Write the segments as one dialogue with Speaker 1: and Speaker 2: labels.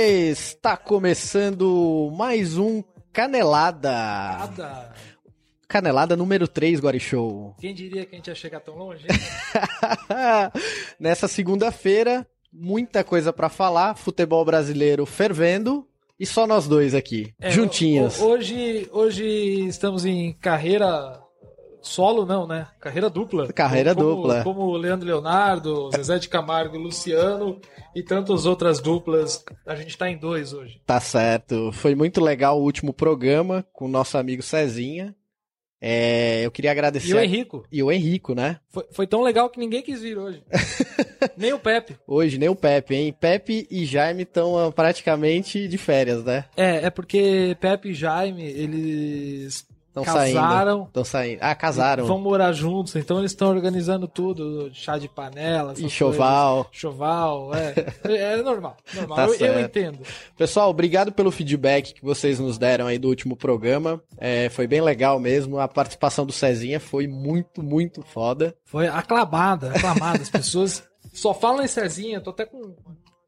Speaker 1: Está começando mais um Canelada.
Speaker 2: Nada.
Speaker 1: Canelada número 3, Gori Show.
Speaker 2: Quem diria que a gente ia chegar tão longe?
Speaker 1: Nessa segunda-feira, muita coisa pra falar, futebol brasileiro fervendo e só nós dois aqui,
Speaker 2: É,
Speaker 1: juntinhos.
Speaker 2: ho- ho- Hoje, hoje estamos em carreira solo, não, né? Carreira dupla.
Speaker 1: Carreira
Speaker 2: Como-
Speaker 1: dupla.
Speaker 2: Como o Leandro Leonardo, Zezé de Camargo, Luciano e tantas outras duplas. A gente tá em dois hoje.
Speaker 1: Tá certo. Foi muito legal o último programa com o nosso amigo Cezinha. É, eu queria agradecer
Speaker 2: E o
Speaker 1: a-
Speaker 2: Henrico.
Speaker 1: e o Henrico, né?
Speaker 2: Foi, foi tão legal que ninguém quis vir hoje. Nem o Pepe.
Speaker 1: Hoje, nem o Pepe, hein? Pepe e Jaime estão praticamente de férias, né?
Speaker 2: É, é porque Pepe e Jaime, eles
Speaker 1: Estão saindo.
Speaker 2: casaram.
Speaker 1: Estão saindo. Ah, casaram.
Speaker 2: Vão morar juntos, então eles estão organizando tudo, chá de panela, essas
Speaker 1: Enxoval.
Speaker 2: coisas. Choval, é. É normal, normal.
Speaker 1: Tá
Speaker 2: eu, eu
Speaker 1: certo.
Speaker 2: entendo.
Speaker 1: Pessoal, obrigado pelo feedback que vocês nos deram aí do último programa. É, foi bem legal mesmo. A participação do Cezinha foi muito, muito foda.
Speaker 2: Foi aclamada, aclamada. As pessoas só falam em Cezinha, tô até com um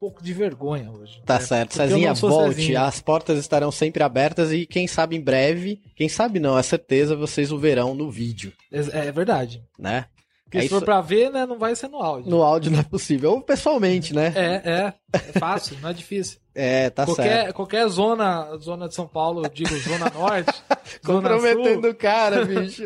Speaker 2: pouco de vergonha hoje.
Speaker 1: Tá
Speaker 2: É,
Speaker 1: certo.
Speaker 2: porque eu
Speaker 1: Cezinha,
Speaker 2: não sou
Speaker 1: volte.
Speaker 2: Cezinha.
Speaker 1: As portas estarão sempre abertas e quem sabe em breve, quem sabe não, é certeza, vocês o verão no vídeo,
Speaker 2: É, é verdade.
Speaker 1: né?
Speaker 2: Porque
Speaker 1: É
Speaker 2: se
Speaker 1: isso.
Speaker 2: for pra ver, né, não vai ser no áudio.
Speaker 1: No áudio não é possível. Ou pessoalmente, né?
Speaker 2: É, é, é fácil, não é difícil.
Speaker 1: É, tá certo.
Speaker 2: qualquer, qualquer zona, zona de São Paulo, eu digo zona norte, zona
Speaker 1: Comprometendo
Speaker 2: sul,
Speaker 1: o cara, bicho.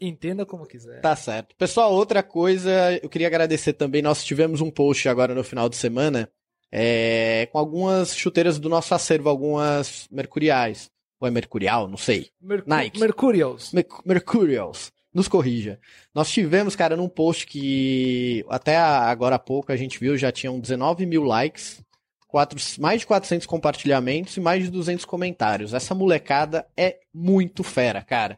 Speaker 2: entenda como quiser.
Speaker 1: Tá certo. Pessoal, outra coisa, eu queria agradecer também. Nós tivemos um post agora no final de semana é, com algumas chuteiras do nosso acervo, algumas mercuriais. Ou é mercurial? Não sei.
Speaker 2: Mercu-
Speaker 1: Nike.
Speaker 2: Mercurials.
Speaker 1: Merc- Mercurials. Nos corrija. Nós tivemos, cara, num post que até a- agora há pouco a gente viu, já tinham 19 mil likes, quatro- mais de 400 compartilhamentos e mais de 200 comentários. Essa molecada é muito fera, cara.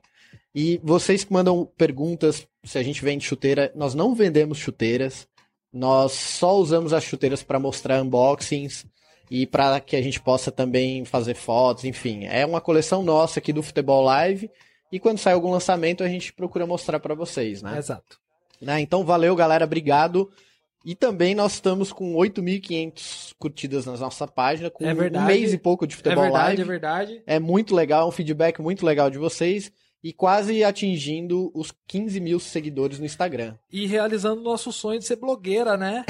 Speaker 1: E vocês que mandam perguntas se a gente vende chuteira, nós não vendemos chuteiras. Nós só usamos as chuteiras para mostrar unboxings e para que a gente possa também fazer fotos, enfim. É uma coleção nossa aqui do Futebol Live. E quando sai algum lançamento, a gente procura mostrar para vocês, né?
Speaker 2: Exato.
Speaker 1: Né? Então, valeu, galera. Obrigado. E também nós estamos com 8.500 curtidas na nossa página, com
Speaker 2: É
Speaker 1: um
Speaker 2: verdade.
Speaker 1: mês e pouco de futebol
Speaker 2: é verdade,
Speaker 1: live.
Speaker 2: é verdade.
Speaker 1: É muito legal, é um feedback muito legal de vocês. E quase atingindo os 15 mil seguidores no Instagram.
Speaker 2: E realizando o nosso sonho de ser blogueira, né?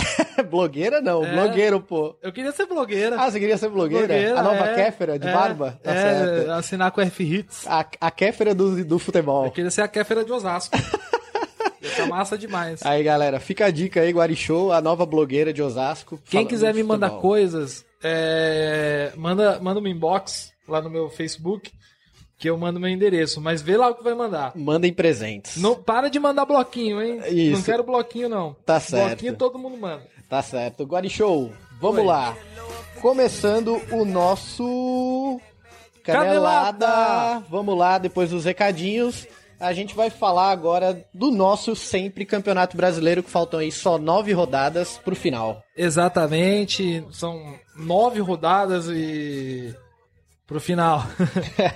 Speaker 1: blogueira não,
Speaker 2: É.
Speaker 1: blogueiro, pô.
Speaker 2: Eu queria ser blogueira.
Speaker 1: Ah, você queria ser blogueira?
Speaker 2: Blogueira,
Speaker 1: a nova
Speaker 2: é.
Speaker 1: Kéfera de
Speaker 2: É,
Speaker 1: barba? Tá
Speaker 2: é,
Speaker 1: certo.
Speaker 2: assinar com a F-Hits.
Speaker 1: A, a Kéfera do, do futebol.
Speaker 2: Eu queria ser a Kéfera de Osasco. Ia ser massa demais.
Speaker 1: Aí, galera, fica a dica aí, Guarichou, a nova blogueira de Osasco.
Speaker 2: Quem
Speaker 1: falando
Speaker 2: quiser
Speaker 1: de
Speaker 2: me mandar
Speaker 1: futebol.
Speaker 2: coisas, é, manda, manda um inbox lá no meu Facebook, que eu mando meu endereço. Mas vê lá o que vai mandar.
Speaker 1: Mandem presentes.
Speaker 2: Não, para de mandar bloquinho, hein?
Speaker 1: Isso.
Speaker 2: Não quero bloquinho, não.
Speaker 1: Tá certo.
Speaker 2: Bloquinho todo mundo manda.
Speaker 1: Tá certo. Guarichou, vamos
Speaker 2: Oi.
Speaker 1: lá. Começando o nosso. Canelada.
Speaker 2: Canelada.
Speaker 1: Vamos lá, depois dos recadinhos. A gente vai falar agora do nosso sempre campeonato brasileiro, que faltam aí só nove rodadas pro final.
Speaker 2: Exatamente, são nove rodadas e pro final.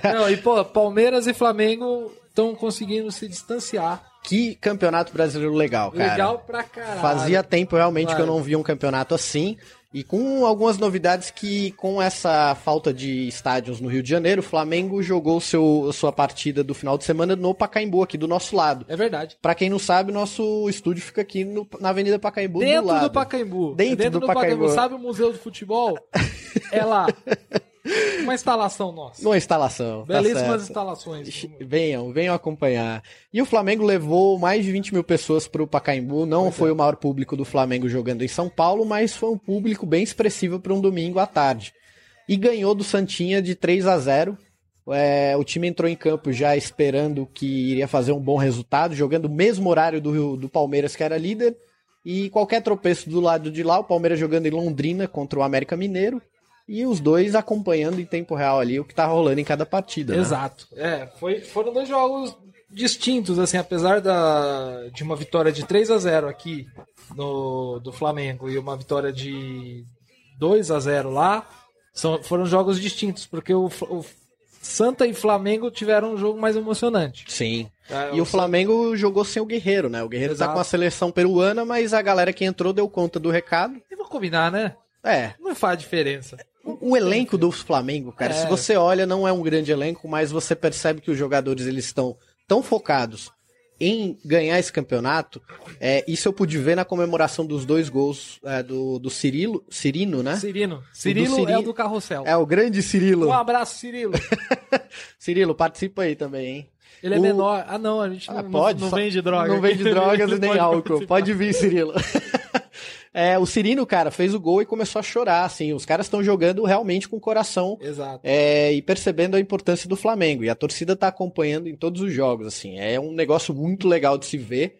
Speaker 2: Não, e pô, Palmeiras e Flamengo estão conseguindo se distanciar.
Speaker 1: Que campeonato brasileiro legal, cara.
Speaker 2: Legal pra caralho.
Speaker 1: Fazia tempo realmente
Speaker 2: Claro.
Speaker 1: que eu não via um campeonato assim. E com algumas novidades que, com essa falta de estádios no Rio de Janeiro, o Flamengo jogou seu, sua partida do final de semana no Pacaembu, aqui do nosso lado.
Speaker 2: É verdade.
Speaker 1: Pra quem não sabe, nosso estúdio fica aqui no- na Avenida Pacaembu do
Speaker 2: Dentro
Speaker 1: lado.
Speaker 2: do Pacaembu.
Speaker 1: Dentro do Pacaembu.
Speaker 2: Sabe o Museu do Futebol? É lá. Uma instalação nossa.
Speaker 1: Numa instalação. tá
Speaker 2: Belíssimas
Speaker 1: certo.
Speaker 2: instalações.
Speaker 1: Venham, venham acompanhar. E o Flamengo levou mais de 20 mil pessoas pro Pacaembu. Não
Speaker 2: Pois é.
Speaker 1: foi o maior público do Flamengo jogando em São Paulo, mas foi um público bem expressivo para um domingo à tarde. E ganhou do Santinha de 3 a 0 É, o time entrou em campo já esperando que iria fazer um bom resultado, jogando o mesmo horário do, do Palmeiras, que era líder. E qualquer tropeço do lado de lá, o Palmeiras jogando em Londrina contra o América Mineiro. E os dois acompanhando em tempo real ali o que tá rolando em cada partida. né?
Speaker 2: Exato. É, foi, foram dois jogos distintos, assim, apesar da, de uma vitória de 3 a 0 aqui no, do Flamengo e uma vitória de 2 a 0 lá, são, foram jogos distintos, porque o, Fl- o Santa e Flamengo tiveram um jogo mais emocionante.
Speaker 1: Sim.
Speaker 2: É,
Speaker 1: E o Flamengo jogou sem o Guerreiro, né? O Guerreiro tá
Speaker 2: Exato.
Speaker 1: com a seleção peruana, mas a galera que entrou deu conta do recado.
Speaker 2: E vou combinar, né?
Speaker 1: É.
Speaker 2: Não faz diferença.
Speaker 1: O, o elenco do Flamengo, cara,
Speaker 2: É.
Speaker 1: se você olha, não é um grande elenco, mas você percebe que os jogadores eles estão tão focados em ganhar esse campeonato. É, isso eu pude ver na comemoração dos dois gols é, do, do Cirilo, Cirino, né?
Speaker 2: Cirino. Cirilo
Speaker 1: Ciri-
Speaker 2: é o do carrossel.
Speaker 1: É o grande Cirilo.
Speaker 2: Um abraço, Cirilo.
Speaker 1: Cirilo, participa aí também, hein?
Speaker 2: Ele é
Speaker 1: O-
Speaker 2: menor. Ah, não, a gente
Speaker 1: Ah,
Speaker 2: não,
Speaker 1: pode,
Speaker 2: não
Speaker 1: só-
Speaker 2: vende droga.
Speaker 1: Não vende drogas e
Speaker 2: Ele
Speaker 1: nem
Speaker 2: pode
Speaker 1: álcool.
Speaker 2: participar.
Speaker 1: Pode vir, Cirilo. É, o Cirino, cara, fez o gol e começou a chorar, assim. Os caras estão jogando realmente com o coração
Speaker 2: Exato.
Speaker 1: é, e percebendo a importância do Flamengo. E a torcida tá acompanhando em todos os jogos, assim. É um negócio muito legal de se ver.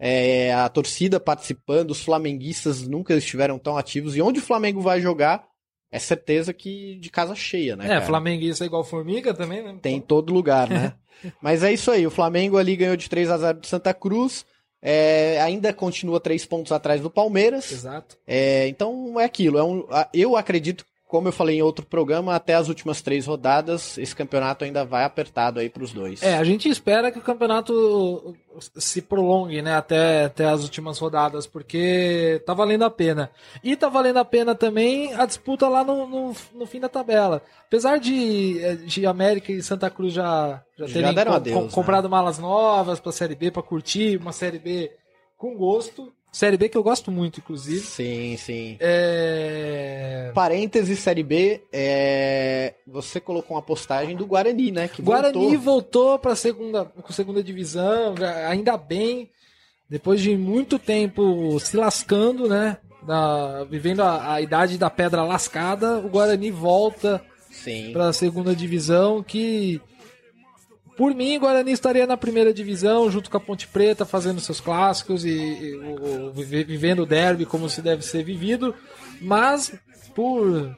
Speaker 1: É, a torcida participando, os flamenguistas nunca estiveram tão ativos. E onde o Flamengo vai jogar, é certeza que de casa cheia, né?
Speaker 2: É,
Speaker 1: cara?
Speaker 2: flamenguista é igual formiga também, né?
Speaker 1: Tem em todo lugar, né? Mas é isso aí. O Flamengo ali ganhou de 3 a 0 do Santa Cruz. é, ainda continua três pontos atrás do Palmeiras.
Speaker 2: Exato.
Speaker 1: É, então é aquilo. É um, a- eu acredito, como eu falei em outro programa, até as últimas três rodadas, esse campeonato ainda vai apertado aí pros dois.
Speaker 2: É, a gente espera que o campeonato se prolongue, né, até, até as últimas rodadas, porque tá valendo a pena. E tá valendo a pena também a disputa lá no, no, no fim da tabela. Apesar de, eh, de América e Santa Cruz já, já
Speaker 1: Já
Speaker 2: terem
Speaker 1: deram
Speaker 2: co-
Speaker 1: adeus,
Speaker 2: co-
Speaker 1: né?
Speaker 2: comprado malas novas pra Série B, pra curtir, uma Série B com gosto. Série B que eu gosto muito, inclusive.
Speaker 1: Sim, sim.
Speaker 2: É...
Speaker 1: Parênteses, Série B, é, você colocou uma postagem do Guarani, né? Que
Speaker 2: Guarani
Speaker 1: voltou.
Speaker 2: voltou para segunda, com segunda divisão, ga- ainda bem, depois de muito tempo se lascando, né? da- vivendo a, a idade da pedra lascada, o Guarani volta
Speaker 1: Sim.
Speaker 2: para a segunda divisão, que por mim, o Guarani estaria na primeira divisão, junto com a Ponte Preta, fazendo seus clássicos e, e o- o- vive- vivendo o derby como se deve ser vivido, mas por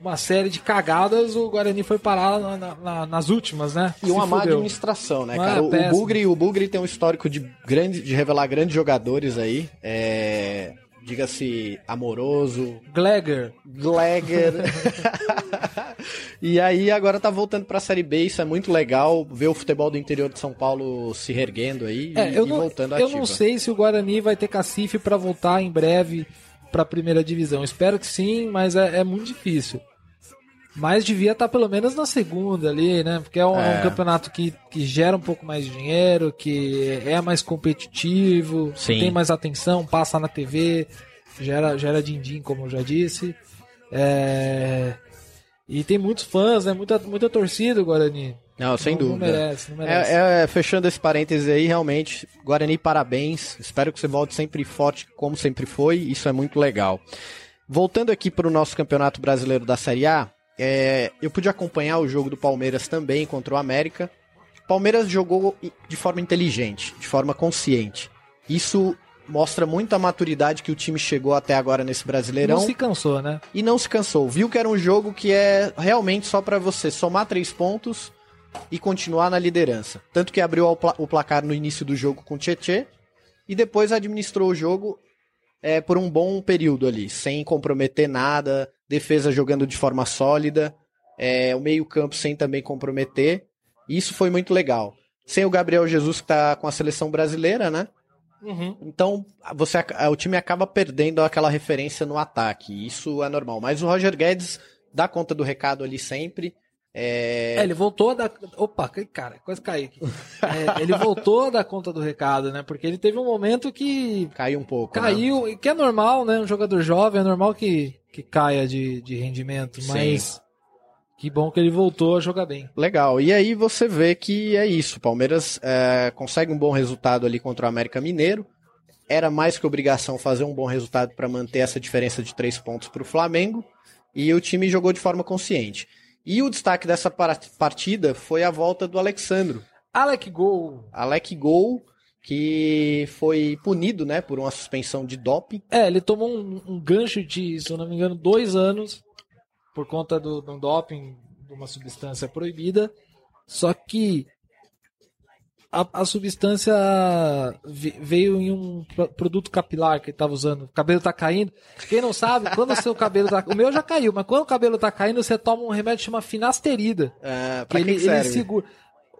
Speaker 2: uma série de cagadas, o Guarani foi parar na- na- na- nas últimas, né?
Speaker 1: E
Speaker 2: Se
Speaker 1: uma má
Speaker 2: fudeu.
Speaker 1: administração, né,
Speaker 2: Ah,
Speaker 1: cara? O- o,
Speaker 2: péssimo.
Speaker 1: Bugre, o Bugre tem um histórico de, grande, de revelar grandes jogadores aí. É, Diga-se amoroso,
Speaker 2: Glegger.
Speaker 1: Glegger. e aí agora tá voltando pra Série B, isso é muito legal. Ver o futebol do interior de São Paulo se reerguendo aí
Speaker 2: É,
Speaker 1: e,
Speaker 2: eu
Speaker 1: e
Speaker 2: não,
Speaker 1: voltando
Speaker 2: eu
Speaker 1: ativa.
Speaker 2: não sei se o Guarani vai ter cacife para voltar em breve para a primeira divisão. Espero que sim, mas é, é muito difícil. Mas devia estar pelo menos na segunda ali, né? Porque é um, é um
Speaker 1: É.
Speaker 2: campeonato que, que gera um pouco mais de dinheiro, que é mais competitivo,
Speaker 1: Sim.
Speaker 2: tem mais atenção, passa na TV, gera, gera din-din, como eu já disse. É, E tem muitos fãs, né? Muita, muita torcida o Guarani.
Speaker 1: Não, Ah, sem
Speaker 2: Não-
Speaker 1: dúvida.
Speaker 2: Não merece, não merece.
Speaker 1: É, é, fechando esse parêntese aí, realmente, Guarani, parabéns. Espero que você volte sempre forte, como sempre foi. Isso é muito legal. Voltando aqui para o nosso Campeonato Brasileiro da Série A, é, eu pude acompanhar o jogo do Palmeiras também contra o América. O Palmeiras jogou i- de forma inteligente, de forma consciente. Isso mostra muito a maturidade que o time chegou até agora nesse Brasileirão
Speaker 2: não se cansou, né?
Speaker 1: e não se cansou. Viu que era um jogo que é realmente só pra você somar três pontos e continuar na liderança. Tanto que abriu ao pla- o placar no início do jogo com o Tietê e depois administrou o jogo é, por um bom período ali, sem comprometer nada, defesa jogando de forma sólida, é, o meio-campo sem também comprometer. Isso foi muito legal. Sem o Gabriel Jesus, que tá com a seleção brasileira, né?
Speaker 2: Uhum.
Speaker 1: Então, você, ac- o time acaba perdendo aquela referência no ataque. Isso é normal. Mas o Roger Guedes dá conta do recado ali sempre.
Speaker 2: É,
Speaker 1: É,
Speaker 2: ele voltou a dar. Opa, que- cara, quase caí aqui. É, ele voltou a dar conta do recado, né? Porque ele teve um momento que
Speaker 1: caiu um pouco. né?
Speaker 2: caiu, e que é normal, né? Um jogador jovem, é normal que, que caia de, de rendimento,
Speaker 1: Sim.
Speaker 2: mas que bom que ele voltou a jogar bem.
Speaker 1: Legal. E aí você vê que é isso. O Palmeiras é, consegue um bom resultado ali contra o América Mineiro. Era mais que obrigação fazer um bom resultado para manter essa diferença de três pontos para o Flamengo. E o time jogou de forma consciente. E o destaque dessa para- partida foi a volta do Alexandro.
Speaker 2: Alec Gol.
Speaker 1: Alec Gol, que foi punido, né, por uma suspensão de doping.
Speaker 2: É, ele tomou um, um gancho de, se eu não me engano, dois anos por conta do, do doping, de uma substância proibida. Só que a, a substância ve- veio em um pro- produto capilar que ele tava usando. O cabelo tá caindo. Quem não sabe, quando o seu cabelo tá. O meu já caiu, mas quando o cabelo tá caindo, você toma um remédio que chama finasterida.
Speaker 1: Ah,
Speaker 2: Que
Speaker 1: pra
Speaker 2: ele,
Speaker 1: quem
Speaker 2: ele
Speaker 1: serve?
Speaker 2: segura.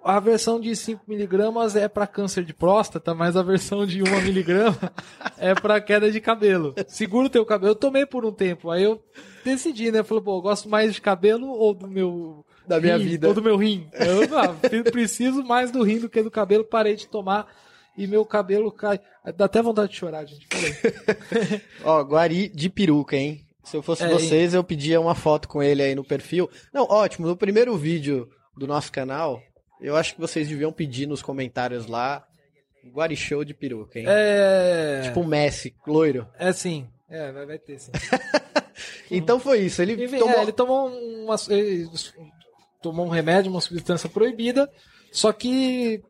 Speaker 2: A versão de 5mg é para câncer de próstata, mas a versão de 1mg é para queda de cabelo. Segura o teu cabelo. Eu tomei por um tempo, aí eu decidi, né? Falei, pô, eu gosto mais de cabelo ou do meu.
Speaker 1: Da minha
Speaker 2: rim,
Speaker 1: vida.
Speaker 2: Ou do meu rim. Eu ah, pre- preciso mais do rim do que do cabelo, parei de tomar e meu cabelo cai. Dá até vontade de chorar, gente. Peraí.
Speaker 1: Ó, Guari de peruca, hein? Se eu fosse
Speaker 2: É,
Speaker 1: vocês, eu pedia uma foto com ele aí no perfil. Não, ótimo. No primeiro vídeo do nosso canal, eu acho que vocês deviam pedir nos comentários lá Guari Show de peruca, hein?
Speaker 2: É.
Speaker 1: Tipo um Messi, loiro.
Speaker 2: É sim. É, vai, vai ter sim.
Speaker 1: Então foi isso. Ele
Speaker 2: Enfim,
Speaker 1: tomou.
Speaker 2: é, ele tomou uma, ele tomou um remédio, uma substância proibida, só que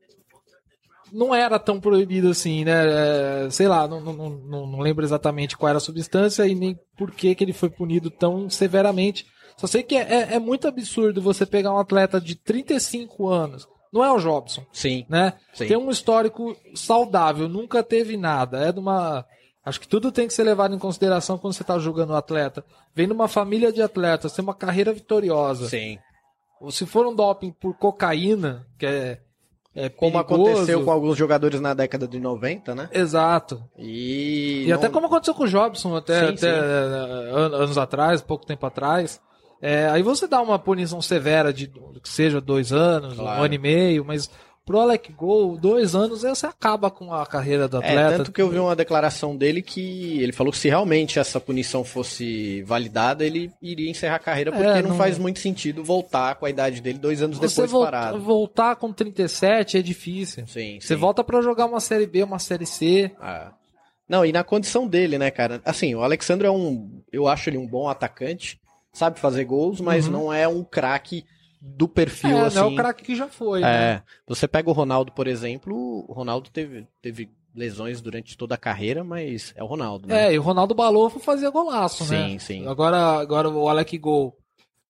Speaker 2: não era tão proibido assim, né? É, Sei lá, não, não, não- não, não lembro exatamente qual era a substância e nem por que, que ele foi punido tão severamente. Só sei que é, é- é muito absurdo você pegar um atleta de 35 anos, não é o Jobson,
Speaker 1: Sim,
Speaker 2: né?
Speaker 1: sim.
Speaker 2: Tem um histórico saudável, nunca teve nada. É de uma. Acho que tudo tem que ser levado em consideração quando você está julgando um atleta. Vem de uma família de atletas, tem uma carreira vitoriosa.
Speaker 1: Sim.
Speaker 2: Ou se for um doping por cocaína, que é. é
Speaker 1: Como
Speaker 2: perigoso-
Speaker 1: aconteceu com alguns jogadores na década de 90, né?
Speaker 2: Exato.
Speaker 1: E.
Speaker 2: E,
Speaker 1: não-
Speaker 2: até como aconteceu com o Jobson até,
Speaker 1: Sim,
Speaker 2: até,
Speaker 1: sim.
Speaker 2: eh, an- anos atrás, pouco tempo atrás. É, aí você dá uma punição severa de que seja dois anos,
Speaker 1: Claro.
Speaker 2: um ano e meio, mas pro Alec Gol, dois anos, aí você acaba com a carreira do atleta.
Speaker 1: É, tanto que eu vi uma declaração dele que ele falou que se realmente essa punição fosse validada, ele iria encerrar a carreira, porque
Speaker 2: É,
Speaker 1: não,
Speaker 2: não-
Speaker 1: faz muito sentido voltar com a idade dele dois anos
Speaker 2: você
Speaker 1: depois
Speaker 2: vol-
Speaker 1: parado.
Speaker 2: voltar com 37 é difícil.
Speaker 1: Sim, sim.
Speaker 2: Você volta pra jogar uma série B, uma série C.
Speaker 1: Ah. Não, e na condição dele, né, cara? Assim, o Alexandre é um. Eu acho ele um bom atacante, sabe fazer gols, mas
Speaker 2: Uhum.
Speaker 1: não é um craque do perfil,
Speaker 2: é,
Speaker 1: assim.
Speaker 2: não é o craque que já foi, né?
Speaker 1: É, você pega o Ronaldo, por exemplo, o Ronaldo teve, teve lesões durante toda a carreira, mas é o Ronaldo, né?
Speaker 2: É, e o Ronaldo Balofo fazia golaço, né?
Speaker 1: sim, sim.
Speaker 2: Agora, agora o Alec Gol.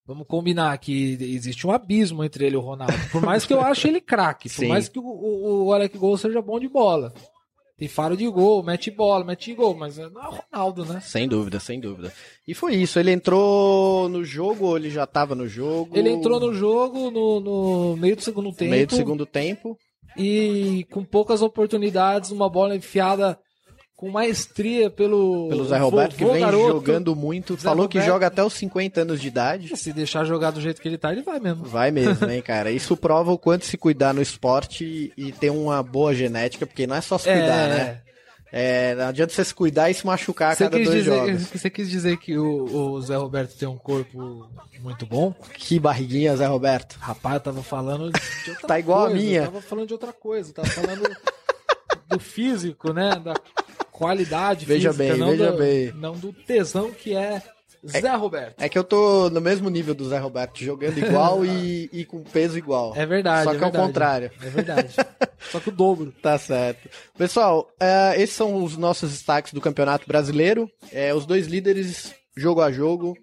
Speaker 2: Vamos combinar que existe um abismo entre ele e o Ronaldo. Por mais que eu ache ele craque, por
Speaker 1: Sim.
Speaker 2: mais que o, o, o Alec Gol seja bom de bola. Tem faro de gol, mete bola, mete gol, mas não é o Ronaldo, né?
Speaker 1: Sem dúvida, sem dúvida. E foi isso. Ele entrou no jogo ou ele já tava no jogo?
Speaker 2: Ele entrou no jogo no, no meio do segundo tempo
Speaker 1: meio do segundo tempo.
Speaker 2: e com poucas oportunidades, uma bola enfiada com maestria pelo,
Speaker 1: Pelo Zé Roberto, que
Speaker 2: vovô
Speaker 1: vem
Speaker 2: garoto.
Speaker 1: jogando muito.
Speaker 2: Zé
Speaker 1: falou que
Speaker 2: Roberto.
Speaker 1: joga até os 50 anos de idade.
Speaker 2: Se deixar jogar do jeito que ele tá, ele vai mesmo.
Speaker 1: Vai mesmo, hein, cara? Isso prova o quanto se cuidar no esporte e- e ter uma boa genética, porque não é só se cuidar, né? É, não adianta você se cuidar e se machucar a
Speaker 2: Você
Speaker 1: cada
Speaker 2: quis,
Speaker 1: dois
Speaker 2: dizer,
Speaker 1: jogos.
Speaker 2: você quis dizer que o, o Zé Roberto tem um corpo muito bom?
Speaker 1: Que barriguinha, Zé Roberto.
Speaker 2: Rapaz, eu tava falando de outra
Speaker 1: Tá igual a
Speaker 2: coisa,
Speaker 1: minha.
Speaker 2: Eu tava falando de outra coisa, eu tava falando do físico, né? Da qualidade
Speaker 1: Veja
Speaker 2: física,
Speaker 1: bem,
Speaker 2: não,
Speaker 1: veja
Speaker 2: do,
Speaker 1: bem.
Speaker 2: não do tesão que é Zé Roberto.
Speaker 1: É que eu tô no mesmo nível do Zé Roberto, jogando igual e, e com peso igual.
Speaker 2: É verdade.
Speaker 1: Só que
Speaker 2: é
Speaker 1: ao
Speaker 2: verdade.
Speaker 1: contrário.
Speaker 2: É verdade. Só que o dobro.
Speaker 1: Tá certo. Pessoal, é, esses são os nossos destaques do Campeonato Brasileiro. É, os dois líderes, jogo a jogo,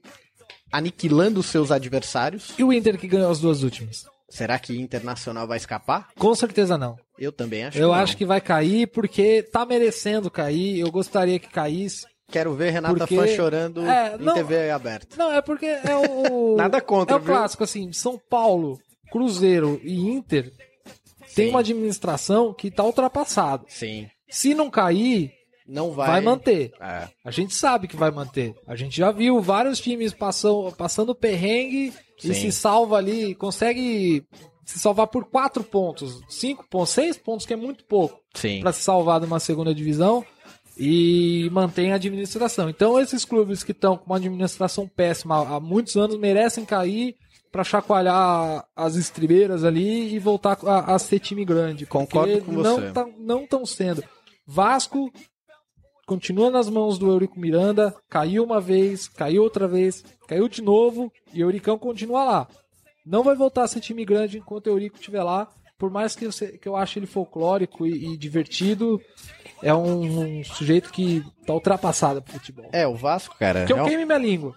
Speaker 1: aniquilando os seus adversários.
Speaker 2: E o Inter que ganhou as duas últimas?
Speaker 1: Será que Internacional vai escapar?
Speaker 2: Com certeza não.
Speaker 1: Eu também acho
Speaker 2: eu
Speaker 1: que não.
Speaker 2: acho que vai cair porque tá merecendo cair. Eu gostaria que caísse.
Speaker 1: Quero ver Renata
Speaker 2: Porque-
Speaker 1: Fã chorando
Speaker 2: É,
Speaker 1: em
Speaker 2: não-
Speaker 1: TV aberta.
Speaker 2: Não, é porque é o.
Speaker 1: Nada contra,
Speaker 2: É o
Speaker 1: viu?
Speaker 2: clássico, assim, São Paulo, Cruzeiro e Inter tem
Speaker 1: Sim.
Speaker 2: uma administração que tá ultrapassada.
Speaker 1: Sim.
Speaker 2: Se não cair,
Speaker 1: Não vai...
Speaker 2: vai, manter.
Speaker 1: É.
Speaker 2: A gente sabe que vai manter. A gente já viu vários times passam, passando perrengue
Speaker 1: Sim.
Speaker 2: e se salva ali, consegue se salvar por quatro pontos, cinco pontos, seis pontos, que é muito pouco
Speaker 1: Sim.
Speaker 2: para se salvar de uma segunda divisão e mantém a administração. Então esses clubes que estão com uma administração péssima há muitos anos merecem cair para chacoalhar as estribeiras ali e voltar a, a ser time grande.
Speaker 1: Concordo
Speaker 2: porque
Speaker 1: com você.
Speaker 2: Não tá- não estão sendo. Vasco continua nas mãos do Eurico Miranda, caiu uma vez, caiu outra vez, caiu de novo e o Euricão continua lá. Não vai voltar a ser time grande enquanto o Eurico estiver lá. por mais que eu, se- que eu ache ele folclórico e, e divertido, é um, um sujeito que tá ultrapassado pro futebol.
Speaker 1: É, o Vasco, cara.
Speaker 2: que eu
Speaker 1: real-
Speaker 2: queime minha língua.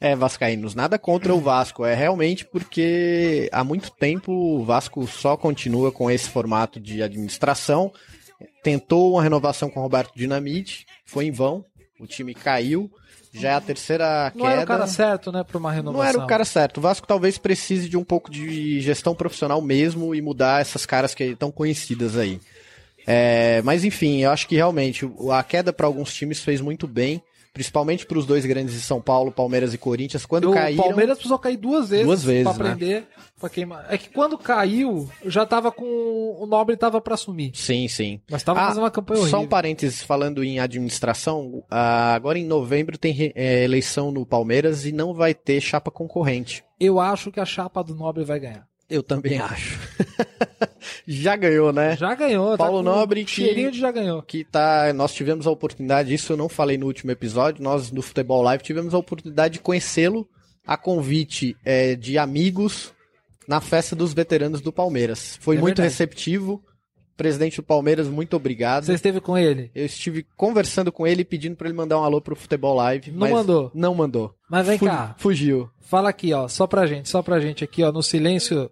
Speaker 1: É, Vascaínos, nada contra o Vasco. É realmente porque há muito tempo o Vasco só continua com esse formato de administração. Tentou uma renovação com o Roberto Dinamite, foi em vão, o time caiu. Já é a terceira
Speaker 2: Não
Speaker 1: queda.
Speaker 2: era o cara certo, né, pra uma renovação.
Speaker 1: Não era o cara certo. O Vasco talvez precise de um pouco de gestão profissional mesmo e mudar essas caras que estão conhecidas aí. É, mas enfim, eu acho que realmente o- a queda para alguns times fez muito bem, principalmente para os dois grandes de São Paulo, Palmeiras e Corinthians. Quando
Speaker 2: o
Speaker 1: caíram,
Speaker 2: Palmeiras precisou cair duas vezes,
Speaker 1: Duas vezes,
Speaker 2: pra
Speaker 1: né?
Speaker 2: aprender, pra queimar. É que quando caiu, eu já tava com. O Nobre tava pra assumir.
Speaker 1: sim, sim.
Speaker 2: Mas tava
Speaker 1: Ah,
Speaker 2: fazendo uma campanha horrível.
Speaker 1: Só um parênteses, falando em administração, ah, agora em novembro tem re- eh, eleição no Palmeiras e não vai ter chapa concorrente.
Speaker 2: Eu acho que a chapa do Nobre vai ganhar.
Speaker 1: Eu também acho. Já ganhou, né?
Speaker 2: Já ganhou,
Speaker 1: Paulo
Speaker 2: com
Speaker 1: Nobre
Speaker 2: um
Speaker 1: que-
Speaker 2: Cheirinho de já ganhou.
Speaker 1: que tá, nós tivemos a oportunidade, isso eu não falei no último episódio, nós do Futebol Live tivemos a oportunidade de conhecê-lo a convite eh, de amigos na festa dos veteranos do Palmeiras. Foi
Speaker 2: É
Speaker 1: muito
Speaker 2: verdade.
Speaker 1: receptivo. Presidente do Palmeiras, muito obrigado.
Speaker 2: Você esteve com ele?
Speaker 1: Eu estive conversando com ele pedindo para ele mandar um alô pro Futebol Live,
Speaker 2: Não
Speaker 1: mas
Speaker 2: mandou.
Speaker 1: não mandou.
Speaker 2: Mas vem
Speaker 1: Fu-
Speaker 2: cá,
Speaker 1: Fugiu.
Speaker 2: fala aqui, ó, só pra gente, só pra gente aqui, ó, no silêncio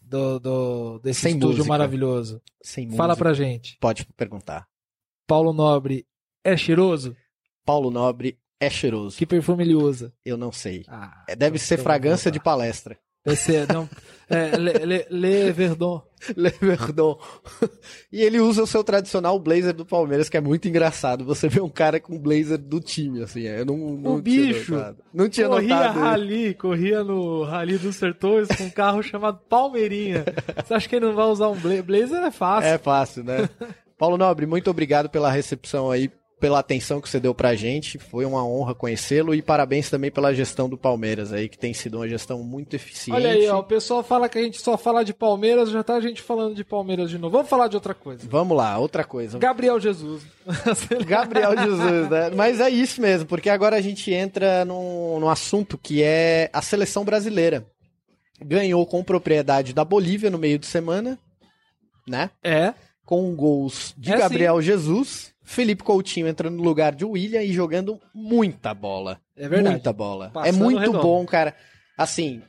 Speaker 2: do, do- desse
Speaker 1: Sem
Speaker 2: estúdio
Speaker 1: música.
Speaker 2: maravilhoso.
Speaker 1: Sem
Speaker 2: Fala
Speaker 1: música.
Speaker 2: pra gente.
Speaker 1: Pode perguntar.
Speaker 2: Paulo Nobre é cheiroso?
Speaker 1: Paulo Nobre é cheiroso.
Speaker 2: Que perfume ele usa?
Speaker 1: Eu não sei.
Speaker 2: Ah,
Speaker 1: É, Deve
Speaker 2: então-
Speaker 1: ser
Speaker 2: então
Speaker 1: fragrância de
Speaker 2: vou
Speaker 1: palestra.
Speaker 2: voltar. Deve ser, não, é, Le, Le- Le Verdon.
Speaker 1: Le Verdon. E ele usa o seu tradicional blazer do Palmeiras, que é muito engraçado. Você vê um cara com blazer do time, assim. Eu não, não
Speaker 2: O
Speaker 1: tinha
Speaker 2: bicho
Speaker 1: notado. Não tinha
Speaker 2: corria
Speaker 1: notado. isso.
Speaker 2: rali, corria no Rally dos Sertões com um carro chamado Palmeirinha. Você acha que ele não vai usar um bla- blazer? É fácil.
Speaker 1: É fácil, né? Paulo Nobre, muito obrigado pela recepção aí, pela atenção que você deu pra gente. Foi uma honra conhecê-lo e parabéns também pela gestão do Palmeiras aí, que tem sido uma gestão muito eficiente.
Speaker 2: Olha aí, ó, o pessoal fala que a gente só fala de Palmeiras, já tá a gente falando de Palmeiras de novo. Vamos falar de outra coisa.
Speaker 1: Vamos lá, outra coisa.
Speaker 2: Gabriel Jesus.
Speaker 1: Gabriel Jesus, né? Mas é isso mesmo, porque agora a gente entra num, num assunto que é a seleção brasileira. Ganhou com propriedade da Bolívia no meio de semana, né?
Speaker 2: é,
Speaker 1: Com gols de
Speaker 2: É, sim.
Speaker 1: Gabriel Jesus, Felipe Coutinho entrando no lugar de William e jogando muita bola.
Speaker 2: é verdade.
Speaker 1: Muita bola.
Speaker 2: Passando
Speaker 1: é muito
Speaker 2: redondo.
Speaker 1: bom, cara. Assim,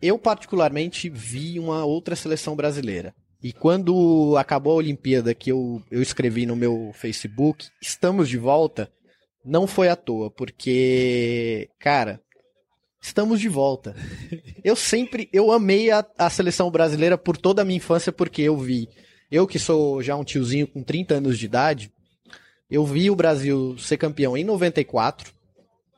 Speaker 1: eu particularmente vi uma outra seleção brasileira. E quando acabou a Olimpíada, que eu, eu escrevi no meu Facebook, estamos de volta, não foi à toa, porque, cara, estamos de volta. Eu sempre, eu amei a, a seleção brasileira por toda a minha infância, porque eu vi, eu que sou já um tiozinho com 30 anos de idade, eu vi o Brasil ser campeão em 94,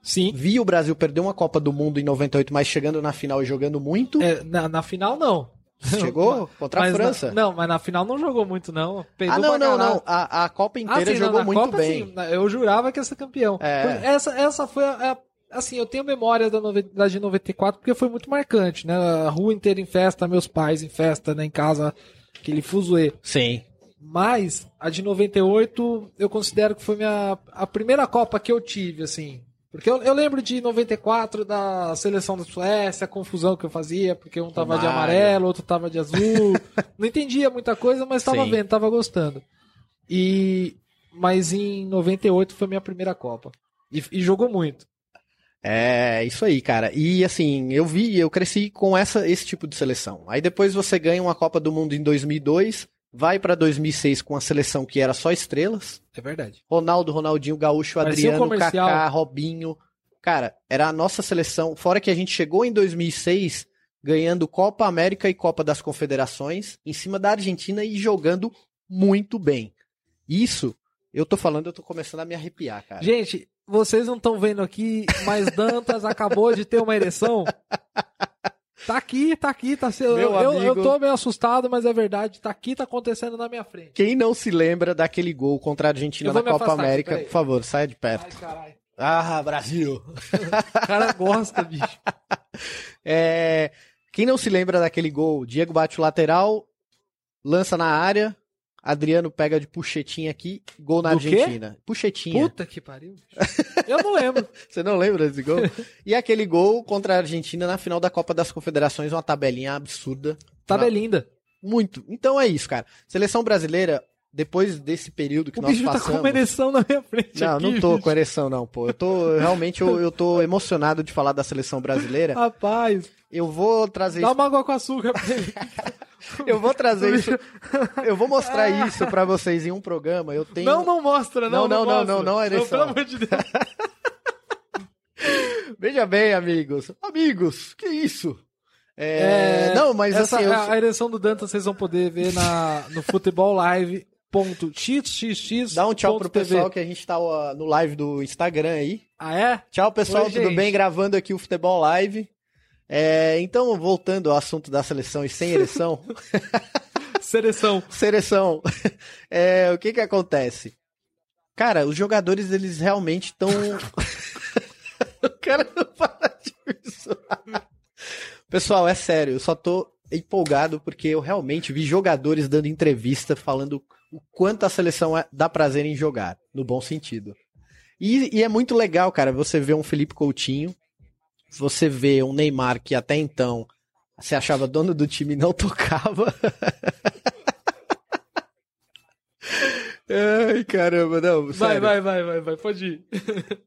Speaker 2: Sim.
Speaker 1: vi o Brasil perder uma Copa do Mundo em 98, mas chegando na final e jogando muito.
Speaker 2: É, na, na final, não.
Speaker 1: Chegou contra a
Speaker 2: Mas na-
Speaker 1: França.
Speaker 2: não, mas na final não jogou muito, não. Peidou
Speaker 1: ah, não,
Speaker 2: pra
Speaker 1: não,
Speaker 2: caralho.
Speaker 1: não. A, a Copa inteira
Speaker 2: Ah, sim, não,
Speaker 1: jogou
Speaker 2: na
Speaker 1: muito
Speaker 2: Copa,
Speaker 1: bem.
Speaker 2: sim, na- eu jurava que ia ser campeão.
Speaker 1: É.
Speaker 2: Por- Essa, essa foi a, a- Assim, eu tenho memória da, noven- da de 94 porque foi muito marcante, né? A rua inteira em festa, meus pais em festa, né? Em casa, aquele fuzuê.
Speaker 1: Sim.
Speaker 2: Mas a de 98 eu considero que foi minha, a primeira Copa que eu tive, assim. Porque eu, eu lembro de 94 da seleção da Suécia, a confusão que eu fazia, porque um tava de
Speaker 1: Romário.
Speaker 2: amarelo, outro tava de azul. Não entendia muita coisa, mas tava
Speaker 1: Sim.
Speaker 2: vendo, tava gostando. E mas em 98 foi minha primeira Copa. E, e jogou muito.
Speaker 1: É, isso aí, cara. E assim, eu vi, eu cresci com essa, esse tipo de seleção. Aí depois você ganha uma Copa do Mundo em 2002, vai pra 2006 com a seleção que era só estrelas.
Speaker 2: É verdade.
Speaker 1: Ronaldo, Ronaldinho, Gaúcho,
Speaker 2: Parecia um
Speaker 1: Adriano,
Speaker 2: comercial.
Speaker 1: Kaká, Robinho. Cara, era a nossa seleção. Fora que a gente chegou em 2006 ganhando Copa América e Copa das Confederações em cima da Argentina e jogando muito bem. Isso, eu tô falando, eu tô começando a me arrepiar, cara.
Speaker 2: Gente, vocês não estão vendo aqui, mas Dantas acabou de ter uma ereção. Tá aqui, tá aqui, tá sendo.
Speaker 1: Meu
Speaker 2: Eu, eu,
Speaker 1: amigo.
Speaker 2: eu tô meio assustado, mas é verdade. Tá aqui, tá acontecendo na minha frente.
Speaker 1: Quem não se lembra daquele gol contra a Argentina
Speaker 2: Eu vou
Speaker 1: na
Speaker 2: me
Speaker 1: Copa
Speaker 2: afastar aqui,
Speaker 1: América,
Speaker 2: peraí.
Speaker 1: por favor, saia de perto.
Speaker 2: Ai, caralho.
Speaker 1: Ah, Brasil!
Speaker 2: O cara gosta, bicho.
Speaker 1: É, quem não se lembra daquele gol? Diego bate o lateral, lança na área, Adriano pega de puxetinha aqui, gol na
Speaker 2: Do quê?
Speaker 1: Argentina. Puxetinha.
Speaker 2: Puta que pariu. bicho. Eu não lembro.
Speaker 1: Você não lembra desse gol? e aquele gol contra a Argentina na final da Copa das Confederações, uma tabelinha absurda.
Speaker 2: Tava linda.
Speaker 1: Muito. Então é isso, cara. Seleção brasileira, depois desse período que
Speaker 2: O
Speaker 1: nós
Speaker 2: bicho tá
Speaker 1: passamos...
Speaker 2: com uma ereção na minha frente
Speaker 1: Não,
Speaker 2: aqui,
Speaker 1: não tô
Speaker 2: bicho.
Speaker 1: com ereção, não, pô. Eu tô, realmente, eu, eu tô emocionado de falar da seleção brasileira.
Speaker 2: Rapaz,
Speaker 1: Eu vou trazer
Speaker 2: Ah. dá
Speaker 1: isso,
Speaker 2: uma água com açúcar pra ele.
Speaker 1: eu vou trazer isso, eu vou mostrar isso pra vocês em um programa. Eu tenho,
Speaker 2: Ah. Não, não mostra, não.
Speaker 1: Não, não, não,
Speaker 2: mostra.
Speaker 1: não, não é ereção.
Speaker 2: Pelo amor de Deus.
Speaker 1: veja bem, amigos, amigos, que isso? É,
Speaker 2: É,
Speaker 1: não, mas
Speaker 2: Essa,
Speaker 1: assim, eu-
Speaker 2: a, é a ereção do Dantas vocês vão poder ver na, no Futebol Live. Ponto xxx.
Speaker 1: dá um tchau pro
Speaker 2: ponto TV.
Speaker 1: pessoal que a gente tá ó, no live do Instagram aí.
Speaker 2: Ah, é?
Speaker 1: Tchau, pessoal,
Speaker 2: Oi,
Speaker 1: tudo
Speaker 2: gente.
Speaker 1: bem? Gravando aqui o Futebol Live. É, então, voltando ao assunto da seleção e sem ereção,
Speaker 2: Seleção.
Speaker 1: seleção, é, o que que acontece? Cara, os jogadores, eles realmente estão... o cara não para disso. Pessoal, é sério, eu só tô empolgado porque eu realmente vi jogadores dando entrevista falando o quanto a seleção é- dá prazer em jogar, no bom sentido. E, e é muito legal, cara, você vê um Felipe Coutinho, você vê um Neymar que até então se achava dono do time e não tocava. Ai, caramba, não.
Speaker 2: Vai,
Speaker 1: sério.
Speaker 2: vai, vai, vai, vai. Pode ir.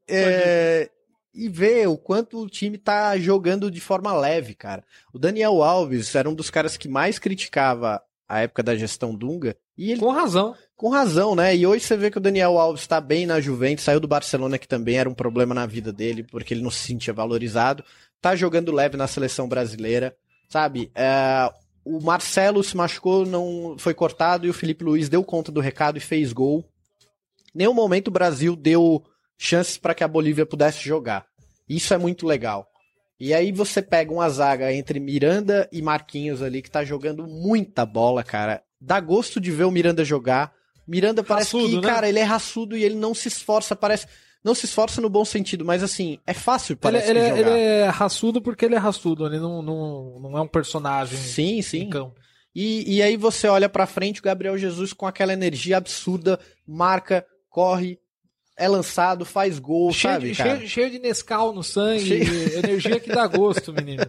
Speaker 1: É, e ver o quanto o time tá jogando de forma leve, cara. O Daniel Alves era um dos caras que mais criticava a época da gestão Dunga, e ele
Speaker 2: Com razão.
Speaker 1: com razão, né? E hoje você vê que o Daniel Alves tá bem na Juventus, saiu do Barcelona, que também era um problema na vida dele, porque ele não se sentia valorizado. Tá jogando leve na seleção brasileira, sabe? É, o Marcelo se machucou, não foi cortado, e o Felipe Luiz deu conta do recado e fez gol. Nenhum momento o Brasil deu chances para que a Bolívia pudesse jogar. Isso é muito legal. E aí você pega uma zaga entre Miranda e Marquinhos ali, que tá jogando muita bola, cara. Dá gosto de ver o Miranda jogar. Miranda parece
Speaker 2: Raçudo,
Speaker 1: que,
Speaker 2: né?
Speaker 1: cara, ele é raçudo e ele não se esforça, parece... Não se esforça no bom sentido, mas assim, é fácil, parece,
Speaker 2: ele,
Speaker 1: que
Speaker 2: ele, é-
Speaker 1: jogar.
Speaker 2: ele é raçudo porque ele é raçudo. Ele não, não, não é um personagem.
Speaker 1: Sim, sim.
Speaker 2: em campo.
Speaker 1: E, e aí você olha pra frente, o Gabriel Jesus com aquela energia absurda, marca, corre, é lançado, faz gol,
Speaker 2: Cheio,
Speaker 1: sabe,
Speaker 2: de,
Speaker 1: cara?
Speaker 2: cheio, cheio de Nescau no sangue,
Speaker 1: Cheio-
Speaker 2: energia que dá gosto, menino.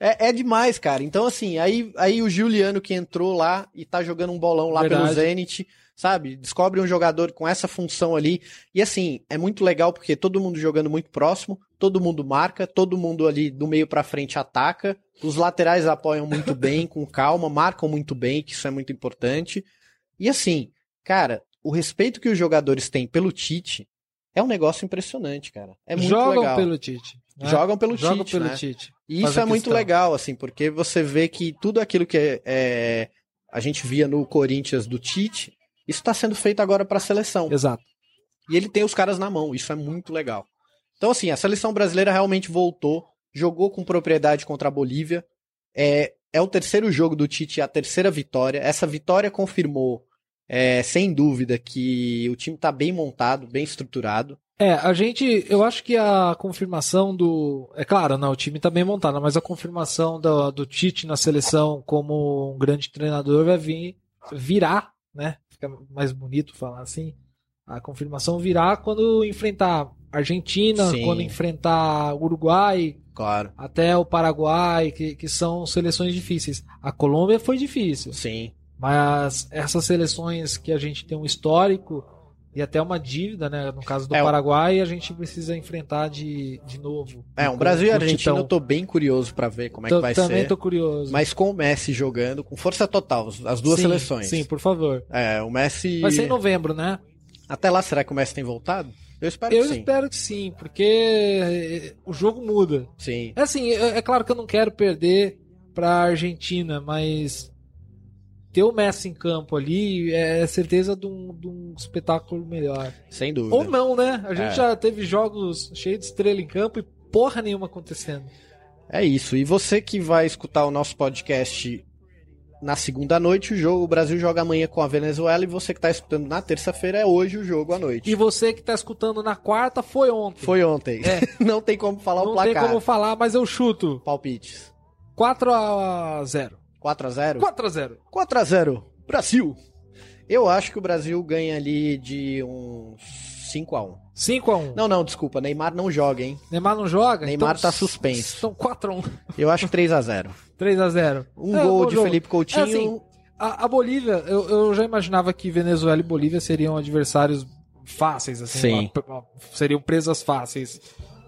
Speaker 1: É, é demais, cara. Então, assim, aí, aí o Juliano que entrou lá e tá jogando um bolão lá pelo
Speaker 2: Verdade.
Speaker 1: Zenit, sabe? Descobre um jogador com essa função ali. E, assim, é muito legal porque todo mundo jogando muito próximo, todo mundo marca, todo mundo ali do meio pra frente ataca. Os laterais apoiam muito bem, com calma, marcam muito bem, que isso é muito importante. E, assim, cara, o respeito que os jogadores têm pelo Tite é um negócio impressionante, cara. É muito
Speaker 2: Jogam
Speaker 1: legal.
Speaker 2: pelo Tite. né?
Speaker 1: Jogam pelo
Speaker 2: Jogam
Speaker 1: Tite,
Speaker 2: pelo
Speaker 1: né?
Speaker 2: Tite.
Speaker 1: E
Speaker 2: Faz
Speaker 1: isso
Speaker 2: a
Speaker 1: é muito
Speaker 2: questão.
Speaker 1: legal, assim, porque você vê que tudo aquilo que é, é, a gente via no Corinthians do Tite, isso está sendo feito agora para a seleção.
Speaker 2: Exato.
Speaker 1: E ele tem os caras na mão, isso é muito legal. Então, assim, a seleção brasileira realmente voltou, jogou com propriedade contra a Bolívia. É, é o terceiro jogo do Tite, é a terceira vitória. Essa vitória confirmou, é, sem dúvida, que o time está bem montado, bem estruturado.
Speaker 2: É, a gente, eu acho que a confirmação do, é claro, não, o time tá bem montado, mas a confirmação do, do Tite na seleção como um grande treinador vai vir, virá, né? Fica mais bonito falar assim. A confirmação virá quando enfrentar Argentina,
Speaker 1: Sim.
Speaker 2: quando enfrentar Uruguai,
Speaker 1: Claro.
Speaker 2: até o Paraguai, que, que são seleções difíceis. A Colômbia foi difícil.
Speaker 1: Sim,
Speaker 2: Mas essas seleções que a gente tem um histórico e até uma dívida, né? No caso do
Speaker 1: É, o-
Speaker 2: Paraguai, a gente precisa enfrentar de, de novo.
Speaker 1: É, um
Speaker 2: Com-
Speaker 1: Brasil e
Speaker 2: com o
Speaker 1: Argentina eu
Speaker 2: Titão.
Speaker 1: tô bem curioso pra ver como é que
Speaker 2: Tô-
Speaker 1: vai
Speaker 2: Também
Speaker 1: ser.
Speaker 2: tô curioso.
Speaker 1: Mas com o Messi jogando, com força total, os- as duas
Speaker 2: Sim,
Speaker 1: seleções.
Speaker 2: Sim, por favor.
Speaker 1: É, o Messi.
Speaker 2: Vai ser em novembro, né?
Speaker 1: Até lá, será que o Messi tem voltado? Eu espero
Speaker 2: eu
Speaker 1: que sim.
Speaker 2: espero que sim, porque eh, o jogo muda.
Speaker 1: Sim.
Speaker 2: É assim, é, é claro que eu não quero perder pra Argentina, mas ter o Messi em campo ali é certeza de um, de um espetáculo melhor.
Speaker 1: Sem dúvida.
Speaker 2: Ou não, né? A gente
Speaker 1: É.
Speaker 2: já teve jogos cheios de estrela em campo e porra nenhuma acontecendo.
Speaker 1: É isso. E você que vai escutar o nosso podcast na segunda noite, o jogo, o Brasil joga amanhã com a Venezuela, e você que tá escutando na terça-feira é hoje o jogo à noite.
Speaker 2: E você que tá escutando na quarta foi ontem.
Speaker 1: Foi ontem.
Speaker 2: É.
Speaker 1: Não tem como falar o
Speaker 2: não tem
Speaker 1: placar.
Speaker 2: como falar, mas eu chuto.
Speaker 1: Palpites.
Speaker 2: 4 a 0.
Speaker 1: 4x0?
Speaker 2: 4 a 0.
Speaker 1: 4x0. Brasil. Eu acho que o Brasil ganha ali de uns 5 a 1
Speaker 2: 5x1.
Speaker 1: Não, não, desculpa, Neymar não joga, hein?
Speaker 2: Neymar não joga?
Speaker 1: Neymar
Speaker 2: então,
Speaker 1: tá suspenso.
Speaker 2: São 4x1.
Speaker 1: Eu acho 3 a 0
Speaker 2: 3x0.
Speaker 1: Um gol de Felipe Coutinho.
Speaker 2: É assim, É, A, a Bolívia, eu, eu já imaginava que Venezuela e Bolívia seriam adversários fáceis, assim.
Speaker 1: Sim.
Speaker 2: uma- uma- seriam presas fáceis.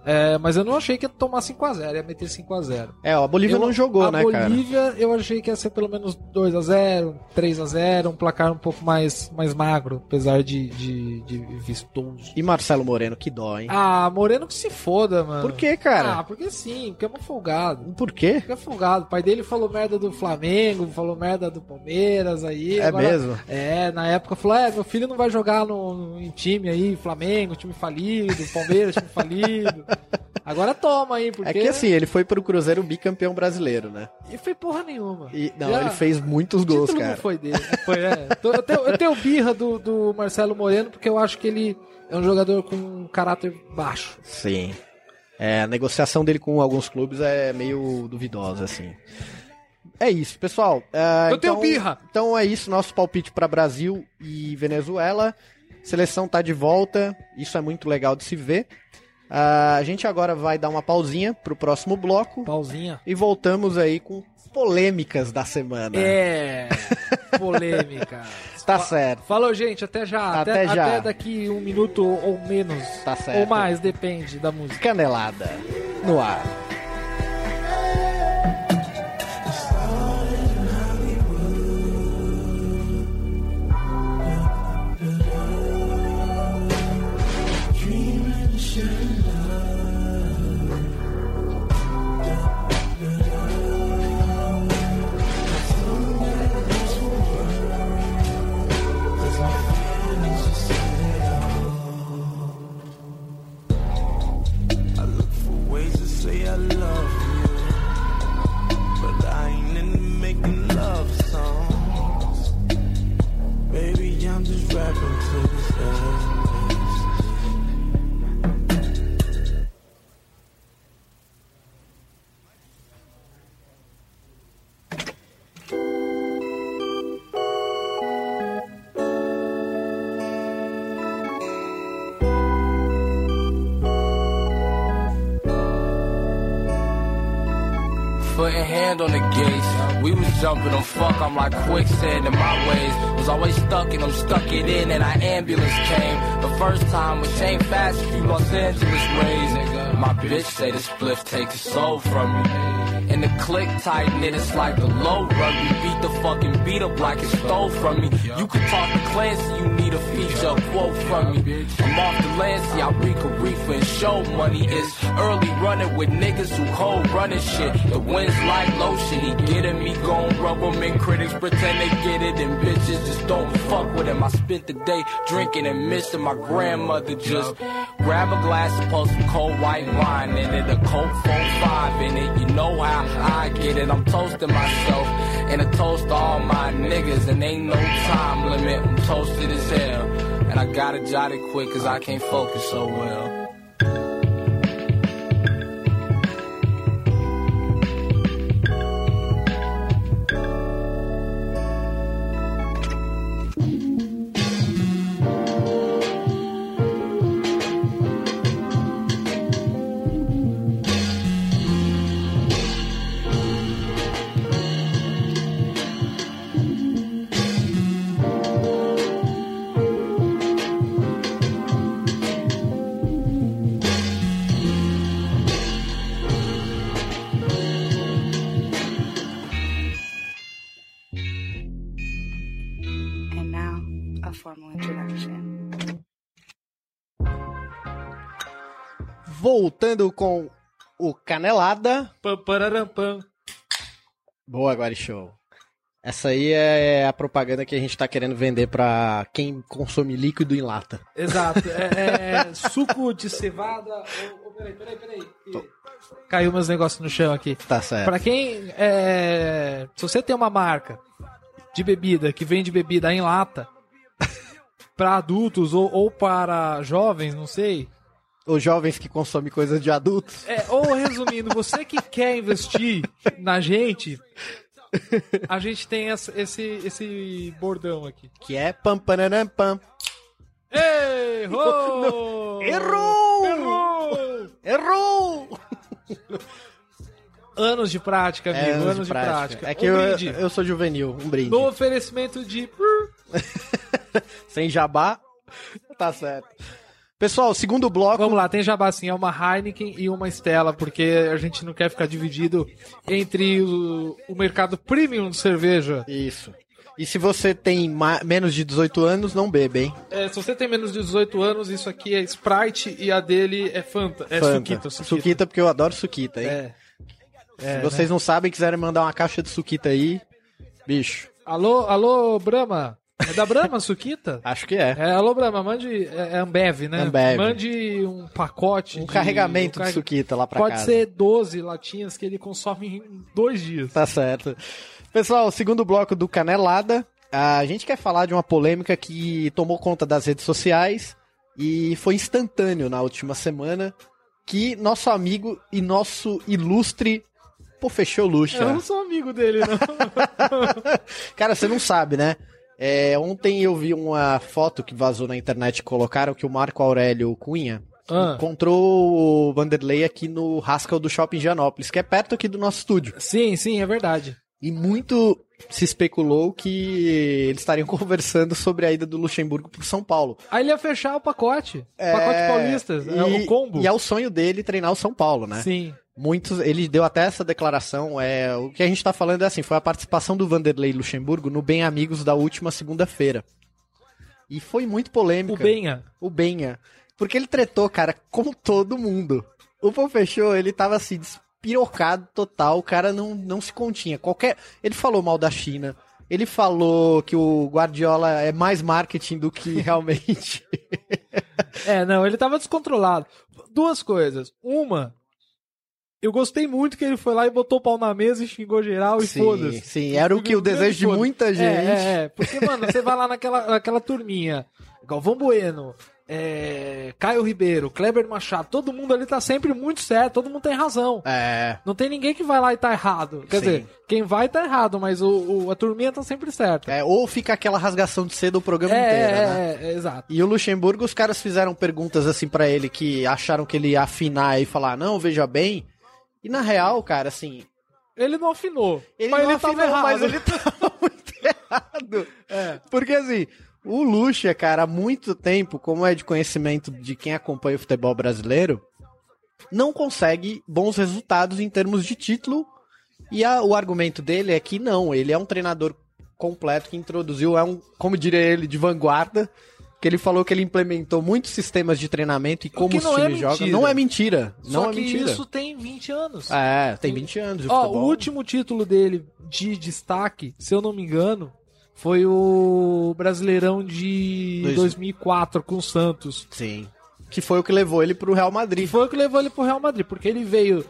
Speaker 2: É, mas eu não achei que ia tomar 5x0, ia meter 5x0.
Speaker 1: É, ó, a Bolívia
Speaker 2: Eu-
Speaker 1: não jogou,
Speaker 2: a
Speaker 1: né, cara?
Speaker 2: Bolívia, eu achei que ia ser pelo menos 2x0, 3x0, um placar um pouco mais, mais magro, apesar de, de, de vistoso.
Speaker 1: E Marcelo Moreno, que dó, hein?
Speaker 2: Ah, Moreno que se foda, mano.
Speaker 1: Por quê, cara?
Speaker 2: Ah, porque sim, porque é um folgado.
Speaker 1: Por quê?
Speaker 2: Porque é folgado. O pai dele falou merda do Flamengo, falou merda do Palmeiras aí.
Speaker 1: É
Speaker 2: agora-
Speaker 1: mesmo?
Speaker 2: É, na época falou, é, meu filho não vai jogar no, em time aí, Flamengo, time falido, Palmeiras, time falido. Agora toma aí, porque...
Speaker 1: É que assim, ele foi pro Cruzeiro bicampeão brasileiro, né?
Speaker 2: E foi porra nenhuma.
Speaker 1: E, não,
Speaker 2: Já-
Speaker 1: ele fez muitos
Speaker 2: O título
Speaker 1: gols,
Speaker 2: não
Speaker 1: cara.
Speaker 2: foi dele. Foi, é. Tô- Eu tenho, eu tenho birra do, do Marcelo Moreno, porque eu acho que ele é um jogador com um caráter baixo.
Speaker 1: Sim. É, a negociação dele com alguns clubes é meio duvidosa, assim. É isso, pessoal. É,
Speaker 2: eu tenho
Speaker 1: então-
Speaker 2: birra!
Speaker 1: Então é isso, nosso palpite para Brasil e Venezuela. Seleção tá de volta, isso é muito legal de se ver. Ah, a gente agora vai dar uma pausinha pro próximo bloco
Speaker 2: Pauzinha.
Speaker 1: e voltamos aí com polêmicas da semana.
Speaker 2: É, polêmica.
Speaker 1: Tá certo,
Speaker 2: Falou, gente, até já.
Speaker 1: Até já.
Speaker 2: até daqui um minuto ou menos.
Speaker 1: tá certo.
Speaker 2: Ou mais, depende da música.
Speaker 1: Canelada no ar.
Speaker 3: ways to say I love you. But I ain't into making love songs. Baby, I'm just rapping to this end.
Speaker 4: Foot and hand on the gates. We was jumping on fuck, I'm like quicksand in my ways. Was always stuck and I'm stuck it in, and our ambulance came. The first time with Shane Fast, few Los Angeles rays. My bitch say the spliff takes the soul from me. And the click tighten it, it's like the low rugby. Beat the fucking beat up like it stole from me. You could talk to Clancy, you need a feature quote from me. I'm off the land, see I reek a reefer and show money. It's early running with niggas who cold running shit. The wind's like lotion, he getting me going rubber. Men critics pretend they get it, and bitches just don't fuck with him. I spent the day drinking and missing my grandmother. Just grab a glass and pour some cold white wine in it, a cold phone five in it. You know how I get it. I'm toasting myself and a toast to all my niggas, and ain't no time limit. I'm toasted as hell, and I gotta jot it quick cause I can't focus so well.
Speaker 5: And now, a formal introduction.
Speaker 1: Voltando com o Canelada.
Speaker 2: Pam, pararam, pam.
Speaker 1: Boa, agora show. Essa aí é a propaganda que a gente tá querendo vender pra quem consome líquido em lata.
Speaker 2: Exato. É, é, suco de cevada. Ô, ô, peraí, peraí, peraí. Caiu meus negócios no chão aqui.
Speaker 1: Tá certo.
Speaker 2: Pra quem. é, se você tem uma marca de bebida que vende bebida em lata. Pra adultos ou, ou para jovens, não sei.
Speaker 1: Os jovens que consomem coisas de adultos.
Speaker 2: É, ou resumindo, você que quer investir na gente, a gente tem essa- esse, esse bordão aqui.
Speaker 1: Que é pam, pananam, pam.
Speaker 2: Errou!
Speaker 1: Errou!
Speaker 2: Errou!
Speaker 1: Errou!
Speaker 2: Anos de prática, amigo.
Speaker 1: É,
Speaker 2: anos, de prática.
Speaker 1: É que
Speaker 2: Um
Speaker 1: eu,
Speaker 2: brinde.
Speaker 1: eu sou juvenil. Um brinde.
Speaker 2: No oferecimento de...
Speaker 1: Sem jabá. Tá certo. Pessoal, segundo bloco.
Speaker 2: Vamos lá, tem jabá sim, é uma Heineken e uma Stella, porque a gente não quer ficar dividido entre o, o mercado premium de cerveja.
Speaker 1: Isso. E se você tem ma- menos de 18 anos, não bebe, hein?
Speaker 2: É, se você tem menos de 18 anos, isso aqui é Sprite e a dele é Fanta. É
Speaker 1: Fanta.
Speaker 2: Suquita, Suquita.
Speaker 1: Suquita, porque eu adoro suquita, hein?
Speaker 2: É.
Speaker 1: se vocês
Speaker 2: né?
Speaker 1: não sabem, quiserem mandar uma caixa de suquita aí, bicho,
Speaker 2: Alô, alô, Brahma. É da Brahma, Suquita?
Speaker 1: acho que é.
Speaker 2: É, alô, Brahma, mande. É, é Ambev, né?
Speaker 1: Ambev.
Speaker 2: Mande um pacote.
Speaker 1: Um
Speaker 2: de-
Speaker 1: carregamento
Speaker 2: um
Speaker 1: de
Speaker 2: carre-
Speaker 1: suquita lá pra
Speaker 2: Pode
Speaker 1: casa.
Speaker 2: ser 12 latinhas que ele consome em dois dias.
Speaker 1: Tá certo. Pessoal, segundo bloco do Canelada, a gente quer falar de uma polêmica que tomou conta das redes sociais e foi instantâneo na última semana que nosso amigo e nosso ilustre Pô, fechou luxa.
Speaker 2: Eu não sou amigo dele, não.
Speaker 1: Cara, você não sabe, né? É, ontem eu vi uma foto que vazou na internet que colocaram que o Marco Aurélio Cunha
Speaker 2: Ah.
Speaker 1: encontrou o Vanderlei aqui no Haskell do Shopping Janópolis, que é perto aqui do nosso estúdio.
Speaker 2: sim, sim, é verdade.
Speaker 1: E muito se especulou que eles estariam conversando sobre a ida do Luxemburgo pro São Paulo.
Speaker 2: Aí ele ia fechar o pacote. O pacote paulista, é
Speaker 1: E-
Speaker 2: o combo.
Speaker 1: E é o sonho dele treinar o São Paulo, né?
Speaker 2: Sim.
Speaker 1: Muitos, ele deu até essa declaração. É, o que a gente tá falando é assim, foi a participação do Vanderlei Luxemburgo no Bem Amigos da última segunda-feira. E foi muito polêmica.
Speaker 2: O Benha.
Speaker 1: O Benha. Porque ele tretou, cara, com todo mundo. O Pô Fechou, ele tava assim, despirocado total. O cara não, não se continha. Qualquer. Ele falou mal da China. Ele falou que o Guardiola é mais marketing do que realmente.
Speaker 2: É, não, ele tava descontrolado. Duas coisas. Uma, eu gostei muito que ele foi lá e botou o pau na mesa e xingou geral e
Speaker 1: sim,
Speaker 2: foda-se.
Speaker 1: sim, era o que o
Speaker 2: Grande
Speaker 1: desejo de
Speaker 2: foda-se.
Speaker 1: muita gente.
Speaker 2: É, é, é. Porque, mano, você vai lá naquela, naquela turminha, Galvão Bueno, é, Caio Ribeiro, Kleber Machado, todo mundo ali tá sempre muito certo, todo mundo tem razão.
Speaker 1: é.
Speaker 2: Não tem ninguém que vai lá e tá errado. Quer
Speaker 1: Sim.
Speaker 2: dizer, quem vai tá errado, mas o, o- a turminha tá sempre certa.
Speaker 1: É, ou fica aquela rasgação de seda o programa inteiro,
Speaker 2: é,
Speaker 1: né?
Speaker 2: é, é, exato.
Speaker 1: E o Luxemburgo, os caras fizeram perguntas assim pra ele que acharam que ele ia afinar e falar, não, veja bem. E na real, cara, assim.
Speaker 2: Ele não afinou.
Speaker 1: Ele
Speaker 2: mas
Speaker 1: não
Speaker 2: ele
Speaker 1: afinou,
Speaker 2: tava errado. É.
Speaker 1: mas ele tava muito errado. Porque assim, o Luxa, cara, há muito tempo, como é de conhecimento de quem acompanha o futebol brasileiro, não consegue bons resultados em termos de título. E a- o argumento dele é que não, ele é um treinador completo que introduziu, é um, como diria ele, de vanguarda. Que ele falou que ele implementou muitos sistemas de treinamento e como
Speaker 2: que
Speaker 1: os
Speaker 2: não é
Speaker 1: times jogam.
Speaker 2: mentira.
Speaker 1: Não é mentira.
Speaker 2: Só
Speaker 1: Não é
Speaker 2: que
Speaker 1: mentira.
Speaker 2: isso tem 20 anos.
Speaker 1: É, tem 20 anos de
Speaker 2: Ah, Ó,
Speaker 1: futebol.
Speaker 2: o último título dele de destaque, se eu não me engano, foi o Brasileirão de
Speaker 1: Dois-
Speaker 2: 2004 com o Santos.
Speaker 1: Sim. Que foi o que levou ele pro Real Madrid.
Speaker 2: E foi o que levou ele pro Real Madrid, porque ele veio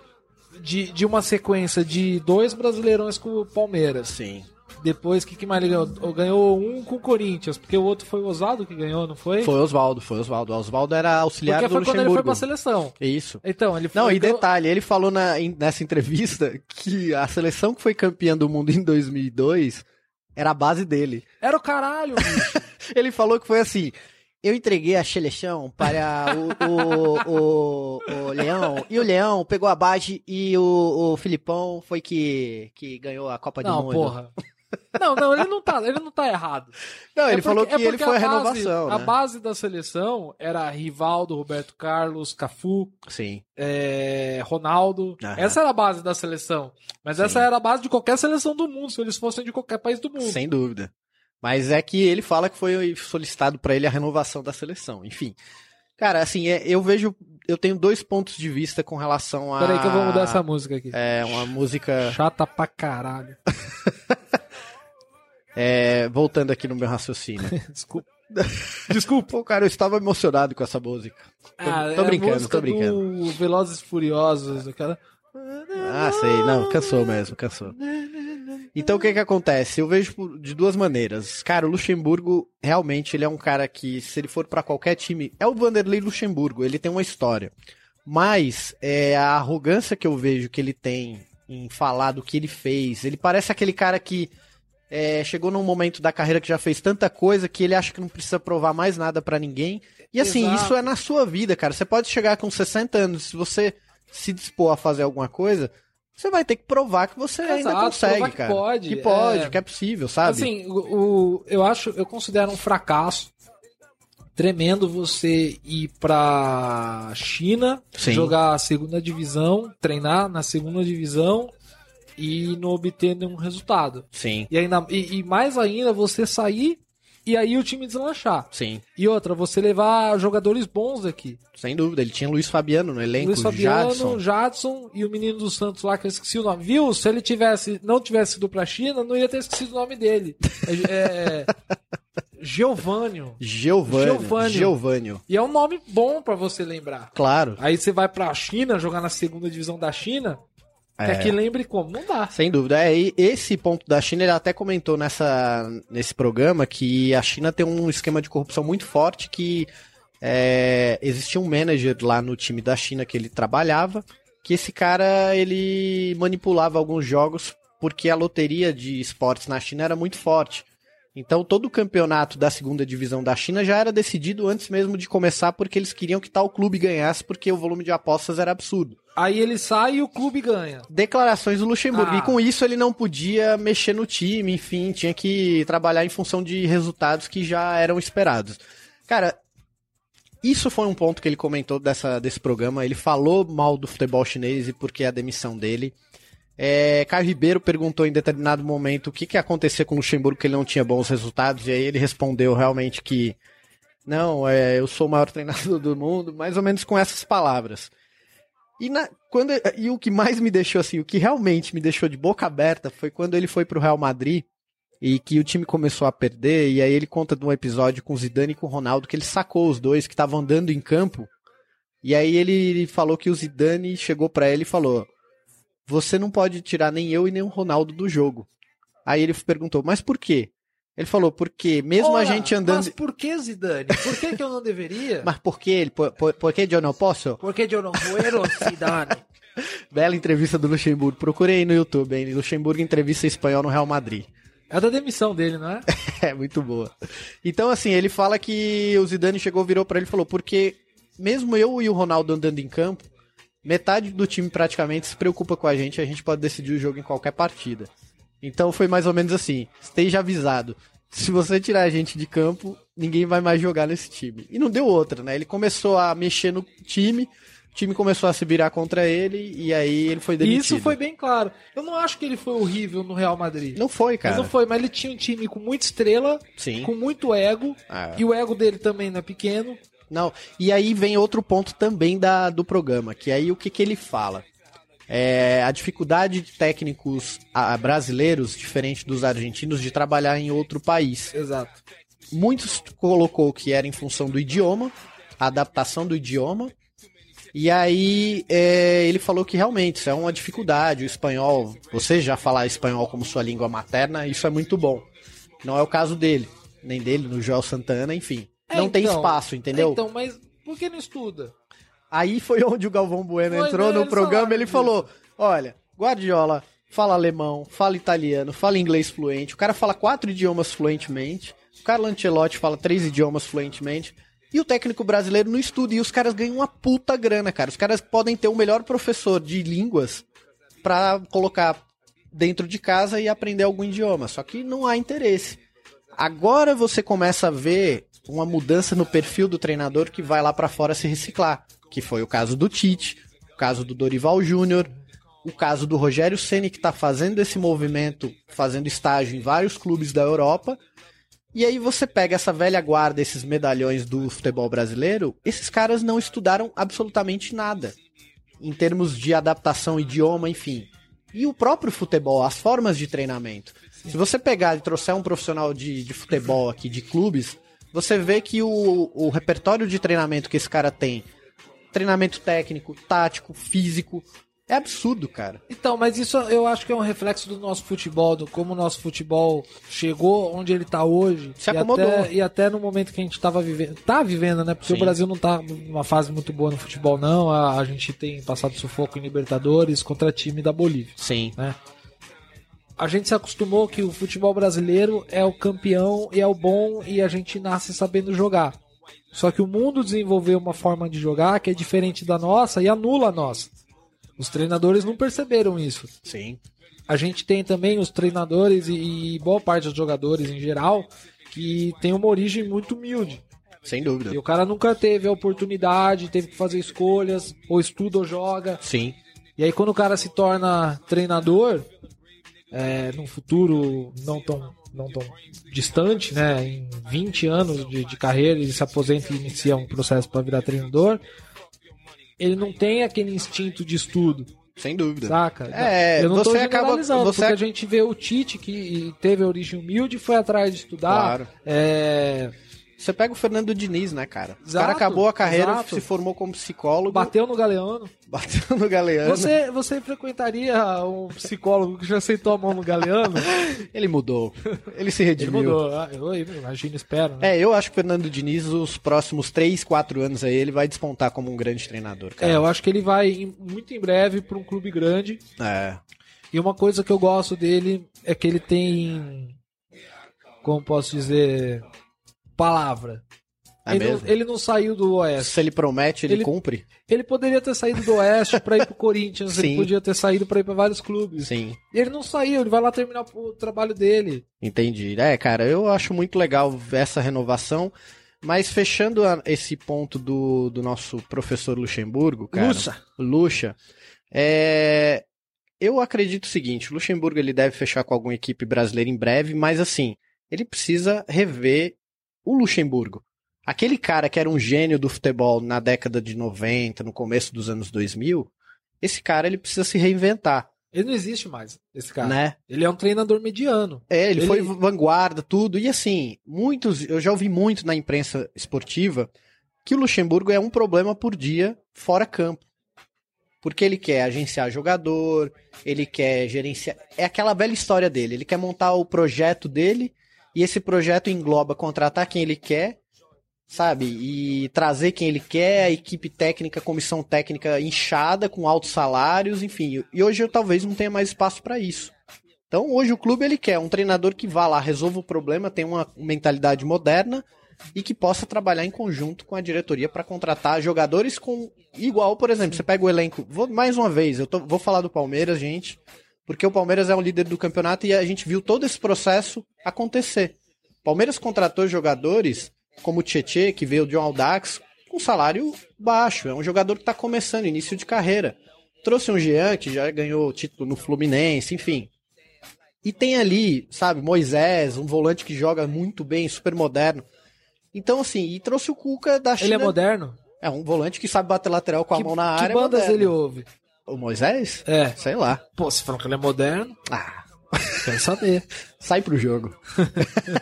Speaker 2: de, de uma sequência de dois Brasileirões com o Palmeiras.
Speaker 1: Sim.
Speaker 2: Depois, o que, que mais ele ganhou? Ganhou um com o Corinthians, porque o outro foi o Osado que ganhou, não foi?
Speaker 1: Foi Oswaldo, foi Oswaldo. Oswaldo era auxiliar
Speaker 2: porque
Speaker 1: do
Speaker 2: foi quando ele foi
Speaker 1: Luxemburgo.
Speaker 2: pra seleção.
Speaker 1: Isso.
Speaker 2: Então, ele foi.
Speaker 1: Não, e
Speaker 2: ganhou-
Speaker 1: detalhe, ele falou na- em- nessa entrevista que a seleção que foi campeã do mundo em 2002 era a base dele.
Speaker 2: Era o caralho, bicho.
Speaker 1: Ele falou que foi assim: eu entreguei a seleção para o, o, o, o Leão, e o Leão pegou a base e o, o Filipão foi que, que ganhou a Copa do
Speaker 2: não,
Speaker 1: Mundo.
Speaker 2: porra. Não, não, ele não tá, ele não tá errado.
Speaker 1: Não,
Speaker 2: É
Speaker 1: ele
Speaker 2: porque-
Speaker 1: falou que
Speaker 2: é
Speaker 1: ele
Speaker 2: porque
Speaker 1: foi a,
Speaker 2: base-
Speaker 1: renovação.
Speaker 2: A
Speaker 1: né?
Speaker 2: base da seleção era Rivaldo, Roberto Carlos, Cafu,
Speaker 1: Sim,
Speaker 2: é, Ronaldo.
Speaker 1: Aham.
Speaker 2: Essa era a base da seleção. Mas
Speaker 1: Sim.
Speaker 2: essa era a base de qualquer seleção do mundo, se eles fossem de qualquer país do mundo.
Speaker 1: sem dúvida. Mas é que ele fala que foi solicitado pra ele a renovação da seleção. Enfim. Cara, assim, é- eu vejo. Eu tenho dois pontos de vista com relação a.
Speaker 2: Peraí que eu vou mudar essa música aqui.
Speaker 1: Ah. É, uma música.
Speaker 2: Chata pra caralho.
Speaker 1: é, voltando aqui no meu raciocínio.
Speaker 2: Desculpa.
Speaker 1: Desculpa. Pô, cara, eu estava emocionado com essa música. Tô, tô
Speaker 2: é a
Speaker 1: brincando,
Speaker 2: música
Speaker 1: tô brincando.
Speaker 2: Do Velozes e Furiosos, aquela.
Speaker 1: Ah, sei. Não, cansou mesmo, cansou. Então o que que acontece? Eu vejo por- de duas maneiras. Cara, o Luxemburgo realmente ele é um cara que se ele for pra qualquer time, é o Vanderlei Luxemburgo, ele tem uma história. Mas é, a arrogância que eu vejo que ele tem em falar do que ele fez. Ele parece aquele cara que é, chegou num momento da carreira que já fez tanta coisa que ele acha que não precisa provar mais nada pra ninguém. E assim,
Speaker 2: Exato.
Speaker 1: isso é na sua vida, cara. Você pode chegar com 60 anos, se você se dispor a fazer alguma coisa, você vai ter que provar que você ainda
Speaker 2: Exato, provar
Speaker 1: consegue,
Speaker 2: que
Speaker 1: cara.
Speaker 2: pode,
Speaker 1: que pode,
Speaker 2: é.
Speaker 1: que é possível, sabe?
Speaker 2: Assim, o, o- eu acho, eu considero um fracasso tremendo você ir pra China,
Speaker 1: Sim.
Speaker 2: jogar a segunda divisão, treinar na segunda divisão e não obter nenhum resultado.
Speaker 1: Sim,
Speaker 2: E, ainda, e, e mais ainda, você sair e aí o time deslanchar.
Speaker 1: sim.
Speaker 2: E outra, você levar jogadores bons daqui.
Speaker 1: Sem dúvida. Ele tinha Luiz Fabiano no elenco,
Speaker 2: Luiz Fabiano,
Speaker 1: Jadson.
Speaker 2: Jadson. e o menino do Santos lá, que eu esqueci o nome. Viu? Se ele tivesse, não tivesse ido pra China, não ia ter esquecido o nome dele. É, é, Geovânio.
Speaker 1: Giovanni.
Speaker 2: Giovânio.
Speaker 1: Giovanni.
Speaker 2: E é um nome bom pra você lembrar.
Speaker 1: Claro.
Speaker 2: Aí você vai pra China, jogar na segunda divisão da China,
Speaker 1: É.
Speaker 2: até que lembre como. Não dá.
Speaker 1: Sem dúvida. É, e esse ponto da China, ele até comentou nessa, nesse programa que a China tem um esquema de corrupção muito forte que é, existia um manager lá no time da China que ele trabalhava, que esse cara, ele manipulava alguns jogos porque a loteria de esportes na China era muito forte. Então todo o campeonato da segunda divisão da China já era decidido antes mesmo de começar porque eles queriam que tal clube ganhasse porque o volume de apostas era absurdo
Speaker 2: Aí ele sai e o clube ganha.
Speaker 1: declarações do Luxemburgo.
Speaker 2: Ah.
Speaker 1: E com isso ele não podia mexer no time, enfim, tinha que trabalhar em função de resultados que já eram esperados. Cara, isso foi um ponto que ele comentou dessa, desse programa. Ele falou mal do futebol chinês e por que a demissão dele. É, Caio Ribeiro perguntou em determinado momento o que, que acontecia com o Luxemburgo, que ele não tinha bons resultados, e aí ele respondeu realmente que não, é, eu sou o maior treinador do mundo, mais ou menos com essas palavras. E, na- quando, e o que mais me deixou assim, o que realmente me deixou de boca aberta foi quando ele foi pro Real Madrid e que o time começou a perder. E aí ele conta de um episódio com o Zidane e com o Ronaldo que ele sacou os dois que estavam andando em campo. E aí ele falou que o Zidane chegou pra ele e falou: Você não pode tirar nem eu e nem o Ronaldo do jogo. Aí ele perguntou: Mas por quê? Ele falou: Porque mesmo
Speaker 2: Ora,
Speaker 1: a gente andando.
Speaker 2: Mas por que, Zidane? Por que, que eu não deveria?
Speaker 1: Mas por que ele? Por, por, por que eu não posso?
Speaker 2: Por que eu não quero, Zidane?
Speaker 1: Bela entrevista do Luxemburgo. Procurei aí no YouTube, hein? Luxemburgo entrevista espanhol no Real Madrid.
Speaker 2: É da demissão dele, não é?
Speaker 1: É, muito boa. Então, assim, ele fala que o Zidane chegou, virou pra ele e falou: porque mesmo eu e o Ronaldo andando em campo, metade do time praticamente se preocupa com a gente, a gente pode decidir o jogo em qualquer partida. Então foi mais ou menos assim: esteja avisado. Se você tirar a gente de campo, ninguém vai mais jogar nesse time. E não deu outra, né? Ele começou a mexer no time, o time começou a se virar contra ele, e aí ele foi
Speaker 2: E
Speaker 1: demitido.
Speaker 2: isso foi bem claro. Eu não acho que ele foi horrível no Real Madrid.
Speaker 1: Não foi, cara.
Speaker 2: Ele não foi, mas ele tinha um time com muita estrela,
Speaker 1: Sim.
Speaker 2: com muito ego,
Speaker 1: Ah.
Speaker 2: e o ego dele também não é pequeno.
Speaker 1: Não, e aí vem outro ponto também da, do programa, que aí o que, que ele fala? É, a dificuldade de técnicos ah, brasileiros, diferente dos argentinos, de trabalhar em outro país.
Speaker 2: Exato.
Speaker 1: Muitos colocou que era em função do idioma, a adaptação do idioma, e aí é, ele falou que realmente isso é uma dificuldade, o espanhol, você já falar espanhol como sua língua materna, isso é muito bom. Não é o caso dele, nem dele, no Joel Santana, enfim.
Speaker 2: É,
Speaker 1: não tem
Speaker 2: então.
Speaker 1: espaço, entendeu?
Speaker 2: Então, mas por que não estuda?
Speaker 1: Aí foi onde o Galvão Bueno
Speaker 2: Foi,
Speaker 1: entrou
Speaker 2: né,
Speaker 1: no
Speaker 2: eles
Speaker 1: programa
Speaker 2: falaram
Speaker 1: e ele
Speaker 2: disso.
Speaker 1: falou: Olha, Guardiola fala alemão, fala italiano, fala inglês fluente, o cara fala quatro idiomas fluentemente, o Carlo Ancelotti fala três idiomas fluentemente. E o técnico brasileiro não estuda, e os caras ganham uma puta grana, cara. Os caras podem ter o melhor professor de línguas pra colocar dentro de casa e aprender algum idioma. Só que não há interesse. Agora você começa a ver uma mudança no perfil do treinador que vai lá pra fora se reciclar, que foi o caso do Tite, o caso do Dorival Júnior, o caso do Rogério Ceni que tá fazendo esse movimento, fazendo estágio em vários clubes da Europa. E aí você pega essa velha guarda, esses medalhões do futebol brasileiro, esses caras não estudaram absolutamente nada em termos de adaptação, idioma, enfim. E o próprio futebol, as formas de treinamento. Se você pegar e trouxer um profissional de, de futebol aqui, de clubes, você vê que o, o repertório de treinamento que esse cara tem, treinamento técnico, tático, físico, É absurdo, cara.
Speaker 2: Então, mas isso eu acho que é um reflexo do nosso futebol, do como o nosso futebol chegou onde ele tá hoje.
Speaker 1: Se
Speaker 2: e
Speaker 1: acomodou.
Speaker 2: até, e até no momento que a gente tava vivendo. Tá vivendo, né?
Speaker 1: Sim.
Speaker 2: Porque o Brasil não tá numa fase muito boa no futebol, não. A, a gente tem passado sufoco em Libertadores contra time da Bolívia.
Speaker 1: Sim.
Speaker 2: né? A gente se acostumou que o futebol brasileiro é o campeão e é o bom e a gente nasce sabendo jogar. Só que o mundo desenvolveu uma forma de jogar que é diferente da nossa e anula a nossa. Os treinadores não perceberam isso.
Speaker 1: Sim.
Speaker 2: A gente tem também os treinadores e, e boa parte dos jogadores em geral que tem uma origem muito humilde.
Speaker 1: Sem dúvida.
Speaker 2: E o cara nunca teve a oportunidade, teve que fazer escolhas, ou estuda ou joga.
Speaker 1: Sim.
Speaker 2: E aí quando o cara se torna treinador, é, num futuro não tão, não tão distante, né? Em 20 anos de, de carreira, ele se aposenta e inicia um processo para virar treinador. Ele não tem aquele instinto de estudo.
Speaker 1: Sem dúvida.
Speaker 2: Saca?
Speaker 1: É,
Speaker 2: eu não tô
Speaker 1: você acaba-
Speaker 2: generalizando,
Speaker 1: você-
Speaker 2: porque a gente vê o Tite que teve origem humilde, foi atrás de estudar.
Speaker 1: Claro.
Speaker 2: é,
Speaker 1: Você pega o Fernando Diniz, né, cara? o
Speaker 2: Exato,
Speaker 1: cara acabou a carreira,
Speaker 2: exato.
Speaker 1: se formou como psicólogo,
Speaker 2: bateu no galeano.
Speaker 1: bateu no Galeano.
Speaker 2: Você, você frequentaria um psicólogo que já aceitou a mão no galeano?
Speaker 1: Ele mudou. Ele se
Speaker 2: Ele
Speaker 1: redimiu.
Speaker 2: mudou. Ah, Eu imagino, espero. né?
Speaker 1: É, eu acho que o Fernando Diniz, os próximos 3, 4 anos aí, ele vai despontar como um grande treinador,
Speaker 2: É,
Speaker 1: cara.
Speaker 2: eu acho que ele vai em- muito em breve para um clube grande.
Speaker 1: É.
Speaker 2: E uma coisa que eu gosto dele é que ele tem. Como posso dizer? Palavra.
Speaker 1: É
Speaker 2: ele,
Speaker 1: mesmo?
Speaker 2: Não, ele não saiu do Oeste.
Speaker 1: Se ele promete, ele,
Speaker 2: Ele-
Speaker 1: cumpre?
Speaker 2: Ele poderia ter saído do Oeste pra ir pro Corinthians,
Speaker 1: Sim.
Speaker 2: ele podia ter saído pra ir pra vários clubes.
Speaker 1: Sim.
Speaker 2: E ele não saiu, ele vai lá terminar o trabalho dele.
Speaker 1: Entendi. É, cara, eu acho muito legal essa renovação. Mas fechando a- esse ponto do, do nosso professor Luxemburgo, cara.
Speaker 2: Lucha.
Speaker 1: Lucha. É, eu acredito o seguinte: o Luxemburgo ele deve fechar com alguma equipe brasileira em breve, mas assim, ele precisa rever o Luxemburgo. Aquele cara que era um gênio do futebol na década de 90, no começo dos anos 2000, esse cara ele precisa se reinventar,
Speaker 2: Ele não existe mais, esse cara.
Speaker 1: né?
Speaker 2: Ele é um treinador mediano.
Speaker 1: É, ele,
Speaker 2: Ele-
Speaker 1: foi vanguarda, tudo. E assim, muitos, eu já ouvi muito na imprensa esportiva que o Luxemburgo é um problema por dia fora campo. Porque ele quer agenciar jogador, ele quer gerenciar. É aquela velha história dele. Ele quer montar o projeto dele e esse projeto engloba contratar quem ele quer, sabe? E trazer quem ele quer, a equipe técnica, a comissão técnica inchada, com altos salários, enfim. E hoje eu talvez não tenha mais espaço para isso. Então hoje o clube ele quer um treinador que vá lá, resolva o problema, tenha uma mentalidade moderna e que possa trabalhar em conjunto com a diretoria para contratar jogadores com igual, por exemplo, você pega o elenco. Vou mais uma vez, eu tô- vou falar do Palmeiras, gente, porque o Palmeiras é o líder do campeonato e a gente viu todo esse processo acontecer. O Palmeiras contratou jogadores como o Tietê, que veio de um Aldax, com salário baixo. É um jogador que está começando, início de carreira. Trouxe um Jean, que já ganhou título no Fluminense, enfim. E tem ali, sabe, Moisés, um volante que joga muito bem, super moderno. Então, assim, e trouxe o Cuca da China.
Speaker 2: Ele é moderno?
Speaker 1: É um volante que sabe bater lateral com a
Speaker 2: que,
Speaker 1: mão na
Speaker 2: que
Speaker 1: área. é
Speaker 2: bandas
Speaker 1: moderno.
Speaker 2: ele ouve?
Speaker 1: O Moisés?
Speaker 2: É.
Speaker 1: Sei lá.
Speaker 2: Pô, você falou que ele é moderno?
Speaker 1: Ah,
Speaker 2: Quero saber.
Speaker 1: sai pro jogo.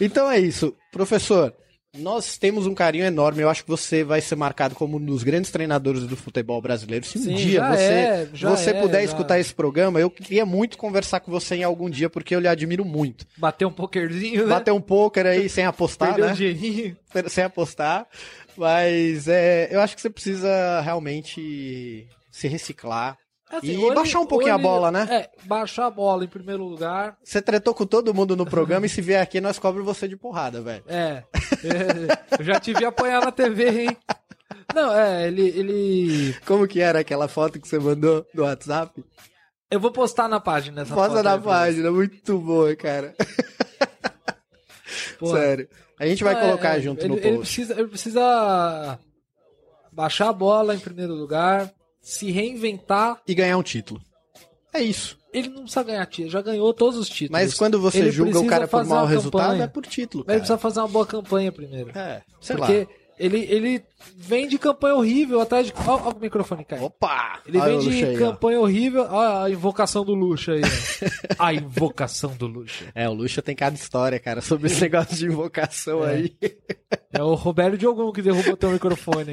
Speaker 1: então é isso. Professor, nós temos um carinho enorme. Eu acho que você vai ser marcado como um dos grandes treinadores do futebol brasileiro. Se um
Speaker 2: Sim,
Speaker 1: dia
Speaker 2: já
Speaker 1: você,
Speaker 2: é, já
Speaker 1: você
Speaker 2: é,
Speaker 1: puder
Speaker 2: já.
Speaker 1: escutar esse programa, eu queria muito conversar com você em algum dia, porque eu lhe admiro muito.
Speaker 2: Bater um pokerzinho, né?
Speaker 1: Bater um pôquer aí sem apostar,
Speaker 2: Perdeu
Speaker 1: né?
Speaker 2: um dinheirinho.
Speaker 1: sem apostar. Mas é, eu acho que você precisa realmente se reciclar. E
Speaker 2: ou ele-
Speaker 1: baixar um pouquinho
Speaker 2: ou ele-
Speaker 1: a bola, né?
Speaker 2: Assim, É, baixar a bola em primeiro lugar.
Speaker 1: Você tretou com todo mundo no programa e se vier aqui, nós cobramos você de porrada, velho.
Speaker 2: É. É, Eu já te vi apanhar na TV, hein? Não, é, ele, ele.
Speaker 1: Como que era aquela foto que você mandou no WhatsApp?
Speaker 2: Eu vou postar na página essa
Speaker 1: Posta
Speaker 2: foto é
Speaker 1: na
Speaker 2: aí,
Speaker 1: página, muito boa, cara.
Speaker 2: pô.
Speaker 1: Sério. A gente vai
Speaker 2: Não, é,
Speaker 1: colocar
Speaker 2: é,
Speaker 1: junto
Speaker 2: ele,
Speaker 1: no
Speaker 2: Ele
Speaker 1: post.
Speaker 2: precisa, ele precisa baixar a bola em primeiro lugar, se reinventar.
Speaker 1: E ganhar um título. É isso.
Speaker 2: Ele não precisa ganhar título, já ganhou todos os títulos.
Speaker 1: Mas quando você
Speaker 2: Ele
Speaker 1: julga o
Speaker 2: precisa
Speaker 1: cara por
Speaker 2: fazer
Speaker 1: mau
Speaker 2: uma
Speaker 1: resultado,
Speaker 2: campanha.
Speaker 1: é por título,
Speaker 2: Mas
Speaker 1: cara.
Speaker 2: ele precisa fazer uma boa campanha primeiro.
Speaker 1: É, sei
Speaker 2: porque
Speaker 1: lá.
Speaker 2: ele, ele vem de campanha horrível atrás de. Olha o microfone caindo.
Speaker 1: Opa!
Speaker 2: Ele
Speaker 1: Olha
Speaker 2: vem
Speaker 1: o
Speaker 2: de
Speaker 1: Lucha aí, ó.
Speaker 2: campanha horrível. Olha a invocação do Lucha aí. ó. a invocação do Lucha.
Speaker 1: É, o Lucha tem cada história, cara, sobre esse negócio de invocação
Speaker 2: É.
Speaker 1: aí.
Speaker 2: É o Roberto Diogão que derrubou teu microfone.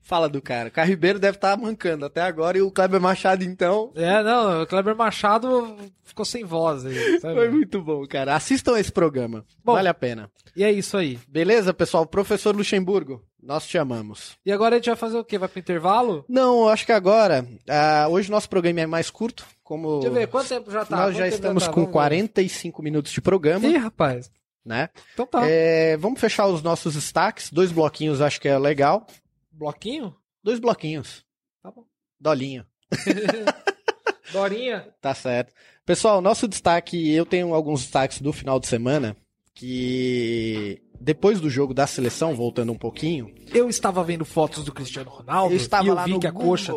Speaker 1: Fala do cara. O Caio Ribeiro deve estar mancando até agora e o Kleber Machado, então.
Speaker 2: É, não, o Kleber Machado ficou sem voz aí, sabe?
Speaker 1: Foi muito bom, cara. Assistam esse programa.
Speaker 2: Bom.
Speaker 1: vale a pena.
Speaker 2: E é isso aí.
Speaker 1: Beleza, pessoal? Professor Luxemburgo, nós te amamos.
Speaker 2: E agora a gente vai fazer o quê? Vai pro intervalo?
Speaker 1: Não, eu acho que agora. ah, hoje nosso programa é mais curto. Como
Speaker 2: Deixa eu ver, quanto tempo já tá?
Speaker 1: nós
Speaker 2: Quanto
Speaker 1: já
Speaker 2: tempo
Speaker 1: estamos
Speaker 2: tá?
Speaker 1: com
Speaker 2: Vamos ver.
Speaker 1: 45 minutos de programa,
Speaker 2: Ih, rapaz.
Speaker 1: né?
Speaker 2: Então tá.
Speaker 1: É, vamos fechar os nossos destaques. Dois bloquinhos, acho que é legal.
Speaker 2: Bloquinho?
Speaker 1: Dois bloquinhos.
Speaker 2: Tá bom.
Speaker 1: Dolinho.
Speaker 2: Dorinha?
Speaker 1: Tá certo. Pessoal, nosso destaque, eu tenho alguns destaques do final de semana que depois do jogo da seleção, voltando um pouquinho,
Speaker 2: Eu estava vendo fotos do Cristiano Ronaldo
Speaker 1: eu estava
Speaker 2: e eu
Speaker 1: lá
Speaker 2: vi
Speaker 1: no
Speaker 2: que a
Speaker 1: Google. Ah, é
Speaker 2: coxa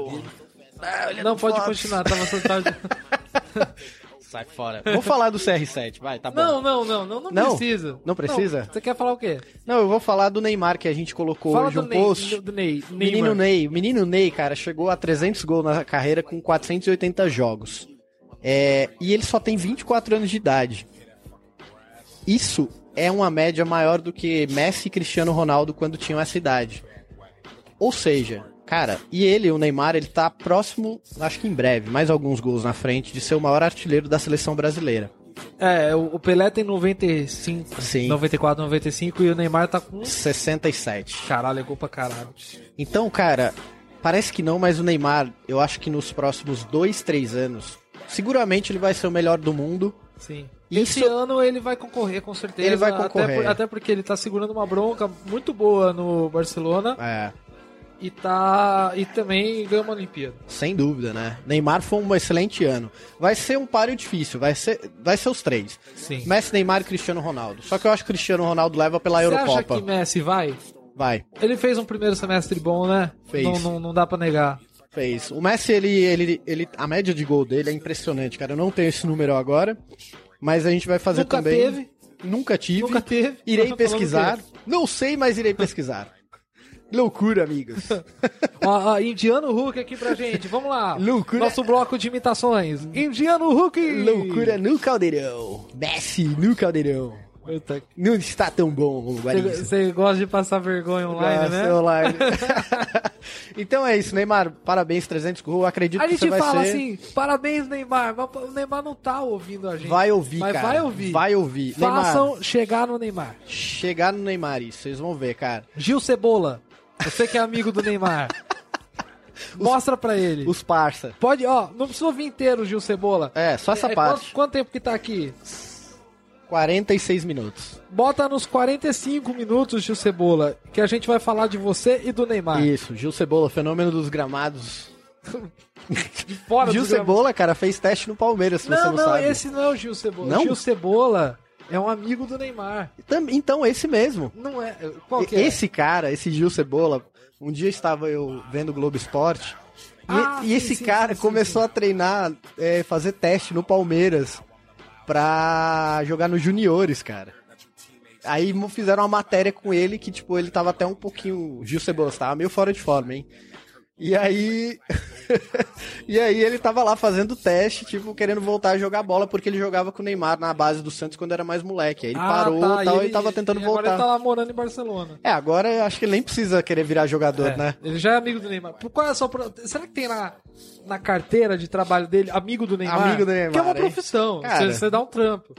Speaker 2: dele... Não, pode continuar, tava tava-
Speaker 1: Sai fora. Vou falar do CR7, vai, tá bom.
Speaker 2: Não, não, não, não, não,
Speaker 1: Não?
Speaker 2: precisa.
Speaker 1: Não precisa?
Speaker 2: Você quer falar o quê?
Speaker 1: Não, eu vou falar do Neymar que a gente colocou
Speaker 2: Fala
Speaker 1: hoje
Speaker 2: do
Speaker 1: um
Speaker 2: Ney,
Speaker 1: post.
Speaker 2: do Ney,
Speaker 1: Menino
Speaker 2: Neymar.
Speaker 1: Ney, o menino Ney, cara, chegou a 300 gols na carreira com 480 jogos. É, e ele só tem 24 anos de idade. Isso é uma média maior do que Messi e Cristiano Ronaldo quando tinham essa idade. Ou seja, cara, e ele, o Neymar, ele tá próximo, acho que em breve, mais alguns gols na frente, de ser o maior artilheiro da seleção brasileira.
Speaker 2: É, o o Pelé tem 95,
Speaker 1: Sim.
Speaker 2: 94, 95 e o Neymar tá com...
Speaker 1: 67.
Speaker 2: Caralho, é gol pra caralho.
Speaker 1: Então, cara, parece que não, mas o Neymar, eu acho que nos próximos dois, três anos, seguramente ele vai ser o melhor do mundo.
Speaker 2: Sim.
Speaker 1: Isso-
Speaker 2: Esse ano ele vai concorrer, com certeza.
Speaker 1: Ele vai
Speaker 2: até
Speaker 1: concorrer.
Speaker 2: por- Até, porque ele tá segurando uma bronca muito boa no Barcelona
Speaker 1: É,
Speaker 2: e tá. E também ganhou uma Olimpíada.
Speaker 1: sem dúvida, né? Neymar foi um excelente ano. Vai ser um páreo difícil, vai ser, vai ser os três.
Speaker 2: Sim.
Speaker 1: Messi, Neymar e Cristiano Ronaldo. Só que eu acho que o Cristiano Ronaldo leva pela
Speaker 2: Você acha
Speaker 1: Eurocopa.
Speaker 2: que Messi vai?
Speaker 1: Vai,
Speaker 2: Ele fez um primeiro semestre bom, né?
Speaker 1: Fez.
Speaker 2: Não, não, não dá pra negar.
Speaker 1: fez. O Messi, ele, ele, ele, a média de gol dele é impressionante, cara. Eu não tenho esse número agora, mas a gente vai fazer
Speaker 2: Nunca
Speaker 1: também.
Speaker 2: teve.
Speaker 1: Nunca tive.
Speaker 2: Nunca teve. Tô
Speaker 1: Irei
Speaker 2: falando
Speaker 1: pesquisar.
Speaker 2: que- é.
Speaker 1: Não sei, mas irei pesquisar. Loucura, amigos.
Speaker 2: Ó, ó, Indiano Hulk aqui pra gente, vamos lá.
Speaker 1: Loucura.
Speaker 2: Nosso bloco de imitações. Indiano Hulk!
Speaker 1: Loucura no caldeirão. Messi no caldeirão.
Speaker 2: Puta que-
Speaker 1: Não está tão bom o Guarizzo.
Speaker 2: Você gosta de passar vergonha online,
Speaker 1: Nossa,
Speaker 2: né?
Speaker 1: online. então é isso, Neymar. Parabéns, 300 gols. Acredito
Speaker 2: A
Speaker 1: que você
Speaker 2: gente
Speaker 1: vai
Speaker 2: fala
Speaker 1: ser...
Speaker 2: assim, parabéns Neymar, mas o Neymar não tá ouvindo a gente.
Speaker 1: Vai ouvir,
Speaker 2: mas
Speaker 1: cara.
Speaker 2: vai ouvir.
Speaker 1: Vai ouvir.
Speaker 2: Façam
Speaker 1: Neymar,
Speaker 2: chegar no Neymar.
Speaker 1: chegar no Neymar isso. Vocês vão ver, cara.
Speaker 2: Gil Cebola, você que é amigo do Neymar, mostra pra ele.
Speaker 1: Os parça.
Speaker 2: Pode, ó, não precisa ouvir inteiro, Gil Cebola.
Speaker 1: É, só essa
Speaker 2: É,
Speaker 1: parte.
Speaker 2: Quanto, quanto tempo que tá aqui?
Speaker 1: 46 minutos.
Speaker 2: Bota nos 45 minutos, Gil Cebola, que a gente vai falar de você e do Neymar.
Speaker 1: Isso, Gil Cebola, fenômeno dos gramados.
Speaker 2: Fora
Speaker 1: Gil
Speaker 2: do programa.
Speaker 1: Cebola, cara, fez teste no Palmeiras, se você
Speaker 2: Não,
Speaker 1: não,
Speaker 2: não,
Speaker 1: sabe.
Speaker 2: esse não é o Gil Cebola.
Speaker 1: Não?
Speaker 2: Gil Cebola é um amigo do Neymar.
Speaker 1: Tam- Então, esse mesmo.
Speaker 2: Não é. Qual que é?
Speaker 1: esse cara, esse Gil Cebola, um dia estava eu vendo o Globo Esporte e,
Speaker 2: Ah,
Speaker 1: e
Speaker 2: sim,
Speaker 1: esse
Speaker 2: sim,
Speaker 1: cara
Speaker 2: sim, sim,
Speaker 1: começou a treinar, é, fazer teste no Palmeiras pra jogar nos juniores, cara. Aí mo- fizeram uma matéria com ele que, tipo, ele tava até um pouquinho. o Gil Cebola tava meio fora de forma, hein? E aí. e aí ele tava lá fazendo teste, tipo, querendo voltar a jogar bola, porque ele jogava com o Neymar na base do Santos quando era mais moleque. Aí ele
Speaker 2: Ah,
Speaker 1: parou
Speaker 2: tá,
Speaker 1: e tal, e
Speaker 2: ele-
Speaker 1: tava tentando
Speaker 2: e
Speaker 1: voltar.
Speaker 2: Agora ele tá lá morando em Barcelona.
Speaker 1: É, agora eu acho que ele nem precisa querer virar jogador,
Speaker 2: É,
Speaker 1: né?
Speaker 2: Ele já é amigo do Neymar. Por- Qual é a sua pro- Será que tem na, na carteira de trabalho dele amigo do Neymar?
Speaker 1: Amigo do Neymar,
Speaker 2: Que é uma
Speaker 1: hein?
Speaker 2: profissão.
Speaker 1: Cara.
Speaker 2: Você, você dá um trampo.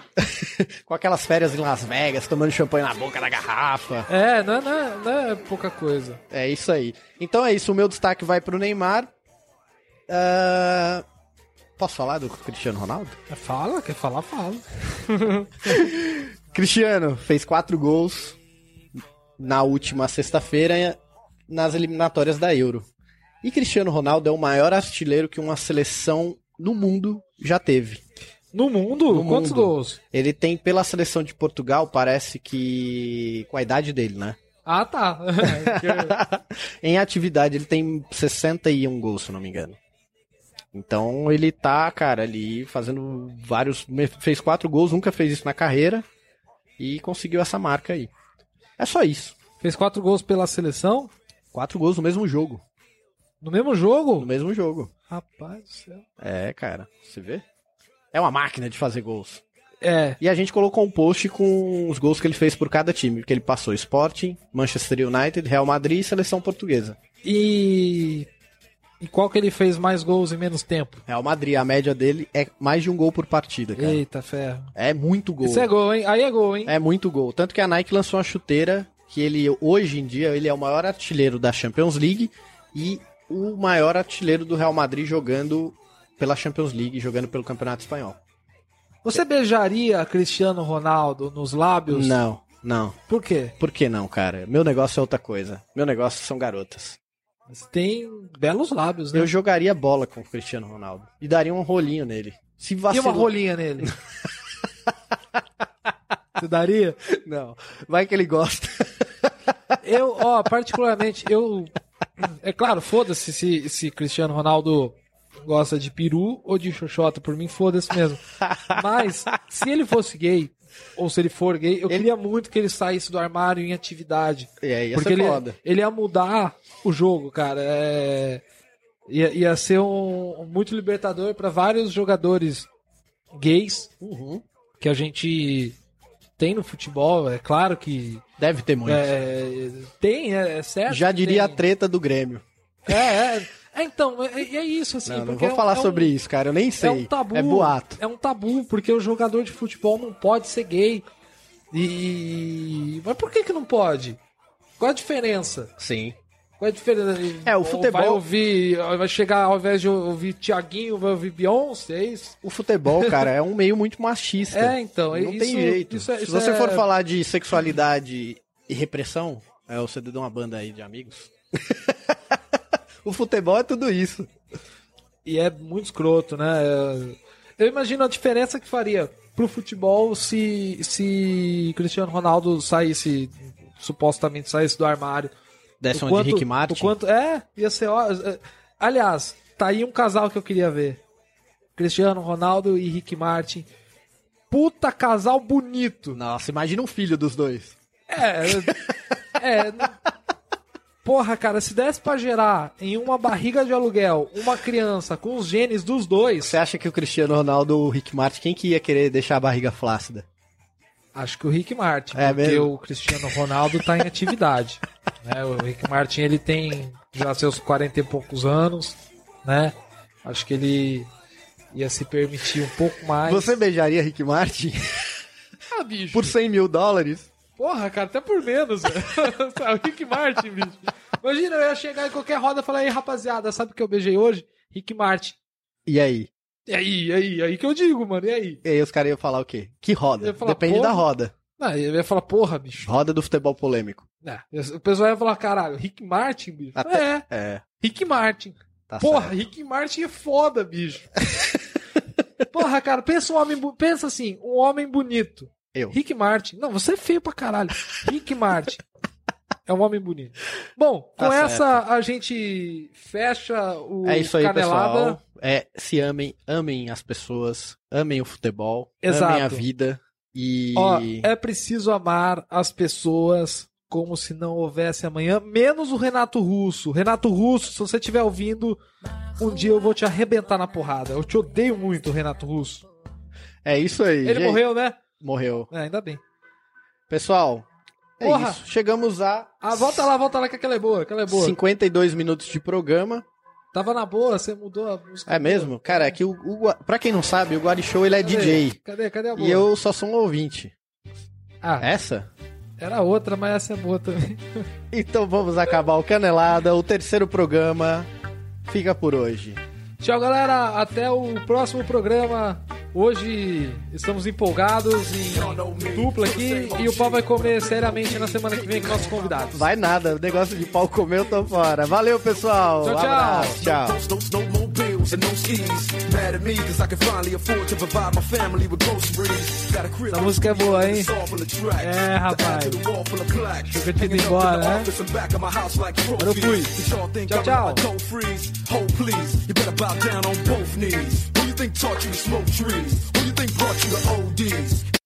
Speaker 1: Com aquelas férias em Las Vegas, tomando champanhe na boca da garrafa.
Speaker 2: É, não é, não é, não é pouca coisa.
Speaker 1: É isso aí. Então é isso, o meu destaque vai pro Neymar. Ah, Posso falar do Cristiano Ronaldo?
Speaker 2: Fala, quer falar, fala.
Speaker 1: Cristiano fez quatro gols na última sexta-feira nas eliminatórias da Euro. E Cristiano Ronaldo é o maior artilheiro que uma seleção no mundo já teve.
Speaker 2: No mundo,
Speaker 1: No
Speaker 2: quantos
Speaker 1: mundo.
Speaker 2: gols?
Speaker 1: Ele tem, pela seleção de Portugal, parece que. com a idade dele, né?
Speaker 2: Ah, tá.
Speaker 1: É, em atividade, ele tem 61 gols, se eu não me engano. Então ele tá, cara, ali fazendo vários. me- Fez quatro gols, nunca fez isso na carreira. E conseguiu essa marca aí. É só isso.
Speaker 2: Fez quatro gols pela seleção?
Speaker 1: Quatro gols no mesmo jogo.
Speaker 2: No mesmo
Speaker 1: No
Speaker 2: jogo?
Speaker 1: mesmo jogo.
Speaker 2: Rapaz do céu.
Speaker 1: É, cara. Você vê? É uma máquina de fazer gols.
Speaker 2: É.
Speaker 1: E a gente colocou um post com os gols que ele fez por cada time. Que ele passou Sporting, Manchester United, Real Madrid e seleção portuguesa.
Speaker 2: E. E qual que ele fez mais gols em menos tempo?
Speaker 1: Real Madrid, a média dele é mais de um gol por partida, cara.
Speaker 2: Eita, ferro.
Speaker 1: É muito gol.
Speaker 2: Isso é gol, hein? Aí é gol, hein?
Speaker 1: É muito gol. Tanto que a Nike lançou uma chuteira que ele hoje em dia ele é o maior artilheiro da Champions League e o maior artilheiro do Real Madrid jogando pela Champions League, jogando pelo Campeonato Espanhol.
Speaker 2: Você beijaria Cristiano Ronaldo nos lábios?
Speaker 1: Não, não.
Speaker 2: Por quê?
Speaker 1: Por que não, cara? Meu negócio é outra coisa. Meu negócio são garotas.
Speaker 2: Você tem belos lábios, né?
Speaker 1: Eu jogaria bola com o Cristiano Ronaldo e daria um rolinho nele. Se
Speaker 2: E uma
Speaker 1: vacilou...
Speaker 2: rolinha nele? Você daria?
Speaker 1: Não. Vai que ele gosta.
Speaker 2: Eu, ó, particularmente, eu. É claro, foda-se se, se Cristiano Ronaldo gosta de peru ou de xoxota. Por mim, foda-se mesmo. Mas, se ele fosse gay, ou se ele for gay, eu queria muito que ele saísse do armário em atividade.
Speaker 1: E aí, ia
Speaker 2: Porque
Speaker 1: ser
Speaker 2: ele,
Speaker 1: é
Speaker 2: é-
Speaker 1: foda.
Speaker 2: ele ia mudar o jogo, cara. É, ia, ia ser um, muito libertador para vários jogadores gays
Speaker 1: Uhum.
Speaker 2: que a gente tem no futebol. É claro que
Speaker 1: Deve ter muito.
Speaker 2: é, tem, é, é certo.
Speaker 1: Já
Speaker 2: que
Speaker 1: diria
Speaker 2: tem.
Speaker 1: a treta do Grêmio.
Speaker 2: É, é, é, então, é, é isso, assim.
Speaker 1: não, não
Speaker 2: porque
Speaker 1: vou
Speaker 2: é um-
Speaker 1: falar
Speaker 2: é um-
Speaker 1: sobre isso, cara. Eu nem sei.
Speaker 2: É um tabu.
Speaker 1: É boato.
Speaker 2: É um tabu, porque o jogador de futebol não pode ser gay. E. Mas por que que não pode? Qual a diferença?
Speaker 1: Sim.
Speaker 2: Qual é a diferença?
Speaker 1: É, o
Speaker 2: Ou
Speaker 1: futebol-
Speaker 2: Vai ouvir, vai chegar ao invés de ouvir Tiaguinho, vai ouvir Beyoncé. é isso?
Speaker 1: O futebol, cara, é um meio muito machista.
Speaker 2: É, então.
Speaker 1: Não
Speaker 2: isso,
Speaker 1: tem jeito.
Speaker 2: isso é-
Speaker 1: Se
Speaker 2: isso
Speaker 1: você
Speaker 2: é-
Speaker 1: for falar de sexualidade e repressão, é você deu uma banda aí de amigos. o futebol é tudo isso.
Speaker 2: E é muito escroto, né? Eu imagino a diferença que faria pro futebol se, se Cristiano Ronaldo saísse, supostamente saísse do armário.
Speaker 1: Dessa
Speaker 2: O
Speaker 1: onde
Speaker 2: quanto-
Speaker 1: um Rick Martin.
Speaker 2: O quanto, é, ia ser. ó- é. Aliás, tá aí um casal que eu queria ver: Cristiano Ronaldo e Rick Martin. Puta casal bonito.
Speaker 1: Nossa, imagina um filho dos dois.
Speaker 2: É. é n- porra, cara, se desse pra gerar em uma barriga de aluguel uma criança com os genes dos dois,
Speaker 1: Você acha que o Cristiano Ronaldo ou o Rick Martin, quem que ia querer deixar a barriga flácida?
Speaker 2: acho que o Rick Martin,
Speaker 1: É
Speaker 2: porque
Speaker 1: mesmo?
Speaker 2: o Cristiano Ronaldo tá em atividade. né? O Rick Martin, ele tem já seus 40 e poucos anos, né? Acho que ele ia se permitir um pouco mais.
Speaker 1: Você beijaria Rick Martin
Speaker 2: ah, bicho.
Speaker 1: por 100 mil dólares?
Speaker 2: Porra, cara, até por menos. velho. Sabe, o Rick Martin, bicho. Imagina, eu ia chegar em qualquer roda e falar, ei, rapaziada, sabe o que eu beijei hoje? Rick Martin.
Speaker 1: E aí?
Speaker 2: E aí, e aí, e aí que eu digo, mano, e aí?
Speaker 1: E aí os caras iam falar o quê? Que
Speaker 2: Eu
Speaker 1: roda?
Speaker 2: ia falar,
Speaker 1: Depende
Speaker 2: porra.
Speaker 1: da roda.
Speaker 2: Não, eu ia falar, porra, bicho.
Speaker 1: Roda do futebol polêmico.
Speaker 2: É, eu- o pessoal ia falar, caralho, Rick Martin, bicho.
Speaker 1: Até-
Speaker 2: É,
Speaker 1: É,
Speaker 2: Rick Martin.
Speaker 1: tá
Speaker 2: porra,
Speaker 1: certo.
Speaker 2: Rick Martin é foda, bicho. porra, cara, pensa um homem, bu- pensa assim, um homem bonito.
Speaker 1: Eu.
Speaker 2: Rick Martin. Não, você é feio pra caralho. Rick Martin. É um homem bonito. Bom,
Speaker 1: Tá
Speaker 2: com
Speaker 1: certo.
Speaker 2: essa a gente fecha o
Speaker 1: É isso aí,
Speaker 2: canelada.
Speaker 1: pessoal. É, se amem, amem as pessoas, amem o futebol,
Speaker 2: Exato.
Speaker 1: amem a vida e
Speaker 2: Ó, é preciso amar as pessoas como se não houvesse amanhã, menos o Renato Russo. Renato Russo, se você estiver ouvindo, um dia eu vou te arrebentar na porrada. Eu te odeio muito, Renato Russo.
Speaker 1: é isso aí.
Speaker 2: Ele
Speaker 1: gente.
Speaker 2: morreu, né?
Speaker 1: Morreu.
Speaker 2: É, ainda bem.
Speaker 1: Pessoal, é
Speaker 2: Porra.
Speaker 1: isso. Chegamos a
Speaker 2: Ah, volta lá, volta lá que aquela é boa, aquela é boa.
Speaker 1: 52 minutos de programa.
Speaker 2: Tava na boa, você mudou a música.
Speaker 1: É mesmo? Cara, é que o, o Gua- pra quem não sabe, o Guarichou ele é
Speaker 2: Cadê?
Speaker 1: DJ.
Speaker 2: Cadê? Cadê a boa?
Speaker 1: E eu É? só sou um ouvinte.
Speaker 2: Ah,
Speaker 1: Essa?
Speaker 2: era outra, mas essa é boa também.
Speaker 1: Então vamos acabar o Canelada, o terceiro programa. Fica por hoje.
Speaker 2: Tchau, galera. Até o próximo programa. Hoje estamos empolgados em dupla aqui e o pau vai comer seriamente na semana que vem com nossos convidados.
Speaker 1: Vai nada, negócio de pau comeu, eu tô fora. Valeu, pessoal. Um
Speaker 2: Tchau, tchau.
Speaker 1: Abraço, tchau.
Speaker 6: No, no more bills and no skis. Mad at me, cause I can finally afford to provide my family with groceries. Got a crib.
Speaker 2: Essa música é boa, hein? É,
Speaker 6: É,
Speaker 2: rapaz.
Speaker 6: Fica
Speaker 2: ter ido embora, né?
Speaker 6: Eu
Speaker 2: fui. Tchau, tchau.
Speaker 6: Don't freeze. Hold please. You better bow down on both knees. Who you think taught you to smoke trees? Who you think brought you to ODs?